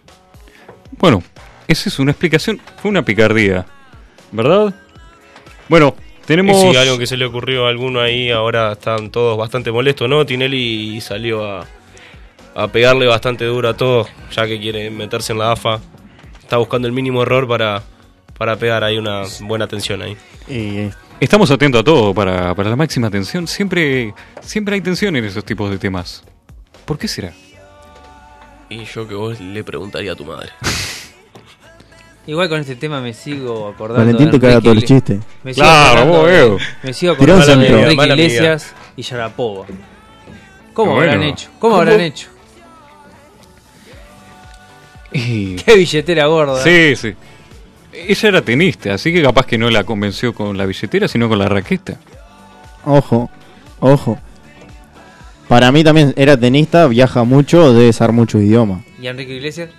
B: Bueno, esa es una explicación. Fue una picardía. ¿Verdad? Bueno,
E: Y
B: tenemos...
E: si algo que se le ocurrió a alguno ahí, ahora están todos bastante molestos, ¿no? Tinelli salió a, a pegarle bastante duro a todos, ya que quiere meterse en la AFA. Está buscando el mínimo error para, para pegar ahí una buena tensión ahí.
C: Y, eh,
B: Estamos atentos a todo para, para la máxima tensión. Siempre, siempre hay tensión en esos tipos de temas. ¿Por qué será?
E: Y yo que vos le preguntaría a tu madre.
D: Igual con este tema me sigo acordando.
C: Valentín
D: de
C: te caga
D: Enrique
C: todo el
D: Igle-
C: chiste.
D: Me sigo
B: Claro,
D: acordando
B: vos,
D: de-
B: Evo.
D: Me sigo
C: Tirá un
D: acordando de
C: sampleo.
D: Enrique
E: Mala amiga.
D: Iglesias y Yarapova. ¿Cómo
B: Bueno.
D: habrán hecho? ¿Cómo, habrán hecho?
B: Y-
D: Qué billetera gorda.
B: Sí, sí. Ella era tenista, así que capaz que no la convenció con la billetera, sino con la raqueta.
C: Ojo, ojo. Para mí también era tenista, viaja mucho, debe saber mucho idioma.
D: ¿Y Enrique Iglesias?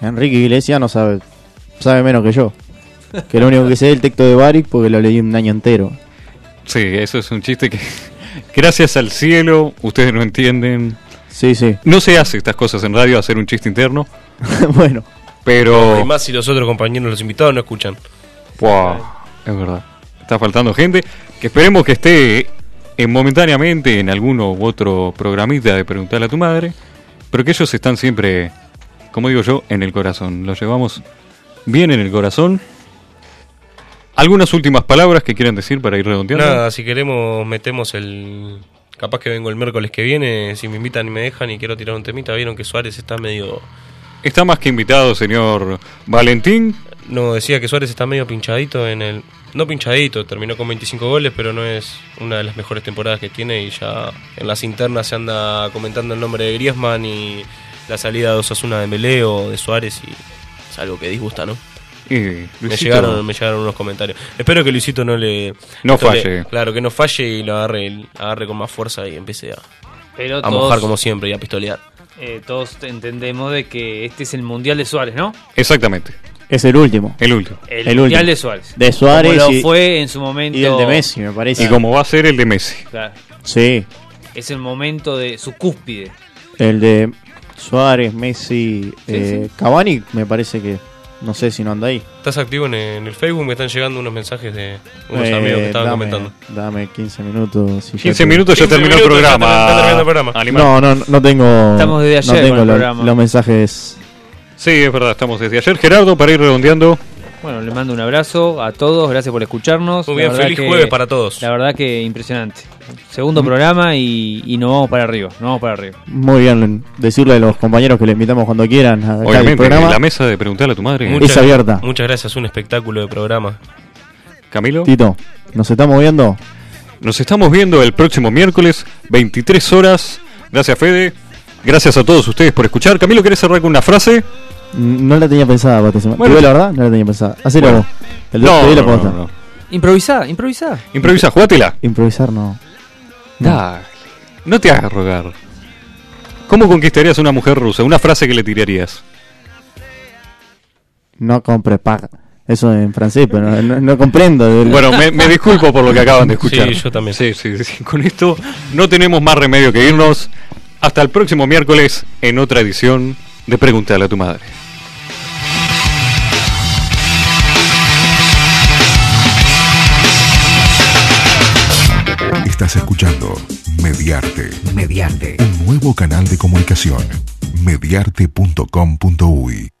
C: Enrique Iglesias no sabe, sabe menos que yo. Que lo único que sé es el texto de Baric porque lo leí un año entero.
B: Sí, eso es un chiste que, gracias al cielo, ustedes no entienden.
C: Sí, sí.
B: No se hace estas cosas en radio, hacer un chiste interno,
C: bueno,
B: pero...
E: Y más si los otros compañeros, los invitados, no escuchan.
B: Wow, es verdad. Está faltando gente que esperemos que esté eh, momentáneamente en alguno u otro programita de preguntarle a tu madre, pero que ellos están siempre, como digo yo, en el corazón. Los llevamos bien en el corazón. Algunas últimas palabras que quieran decir para ir redondeando.
E: Nada, si queremos, metemos el. Capaz que vengo el miércoles que viene, si me invitan y me dejan y quiero tirar un temita, vieron que Suárez está medio.
B: Está más que invitado, señor Valentín.
E: No, decía que Suárez está medio pinchadito en el. No pinchadito, terminó con 25 goles, pero no es una de las mejores temporadas que tiene y ya en las internas se anda comentando el nombre de Griezmann y la salida de Osasuna de Melé o de Suárez y es algo que disgusta, ¿no?
B: Y
E: Me
B: Luisito,
E: llegaron, me llegaron unos comentarios. Espero que Luisito no le.
B: No
E: esto le-
B: falle.
E: claro, que no falle y lo agarre, agarre con más fuerza y empiece a,
D: Pero
E: a mojar
D: todos,
E: como siempre y a pistolear.
D: eh, todos entendemos de que este es el Mundial de Suárez, ¿no?
B: Exactamente,
C: es el último.
B: el último.
D: El,
C: El
D: Mundial
C: último.
D: de Suárez.
C: De Suárez
D: Como lo
C: y,
D: fue en su momento.
C: y el de Messi, me parece.
B: Y como va a ser el de Messi.
D: Claro.
C: Sí,
D: Es el momento de su cúspide.
C: el de Suárez, Messi, eh, Cavani, me parece que no sé si no anda ahí.
E: ¿Estás activo en el, en el Facebook? Me están llegando unos mensajes de unos
C: Eh,
E: amigos que estaban
C: dame,
E: comentando.
C: Dame 15 minutos. y ya
B: 15
C: te-
B: minutos ya
E: 15
B: terminó el
E: minutos, ya terminó- ya
B: programa.
E: terminó el programa.
B: Animal.
C: No, no, no tengo.
D: Estamos desde
C: no
D: ayer con
C: tengo
D: el
C: lo-
D: programa.
C: los mensajes.
B: Sí, es verdad, estamos desde ayer. Gerardo, para ir redondeando.
D: Bueno, les mando un abrazo a todos. Gracias por escucharnos.
E: Muy
D: La
E: bien,
D: verdad
E: feliz
D: que-
E: jueves para todos.
D: La verdad que impresionante. Segundo programa y, y nos vamos para arriba. Nos vamos para arriba.
C: Muy bien, decirle a los compañeros que le invitamos cuando quieran. acá al
B: Obviamente,
C: programa.
B: la mesa de preguntarle a tu madre.
C: Muchas- es abierta.
E: Muchas gracias, un espectáculo de programa.
B: Camilo.
C: Tito, ¿nos estamos viendo?
B: Nos estamos viendo el próximo miércoles, 23 horas. Gracias, Fede. Gracias a todos ustedes por escuchar. Camilo, ¿querés cerrar con una frase?
C: Mm, No la tenía pensada para esta semana.
B: Bueno.
C: Te digo la verdad, no la tenía pensada. Hacelo
B: Bueno.
C: vos. Te lo- te doy la posta.
D: Improvisá, improvisá.
B: Improvisa, jugátela.
C: Improvisar no. No.
B: Dale. No te hagas rogar. ¿Cómo conquistarías a una mujer rusa? Una frase que le tirarías.
C: No compre paga. Eso en francés, pero no, no- no comprendo. El-
B: Bueno, me, me disculpo por lo que acaban de escuchar.
E: Sí, yo también.
B: Sí, sí, sí. Con esto no tenemos más remedio que irnos. Hasta el próximo miércoles en otra edición de Pregúntale a tu madre.
H: Estás escuchando Mediarte,
I: Mediarte.
H: un nuevo canal de comunicación. Mediarte.com.uy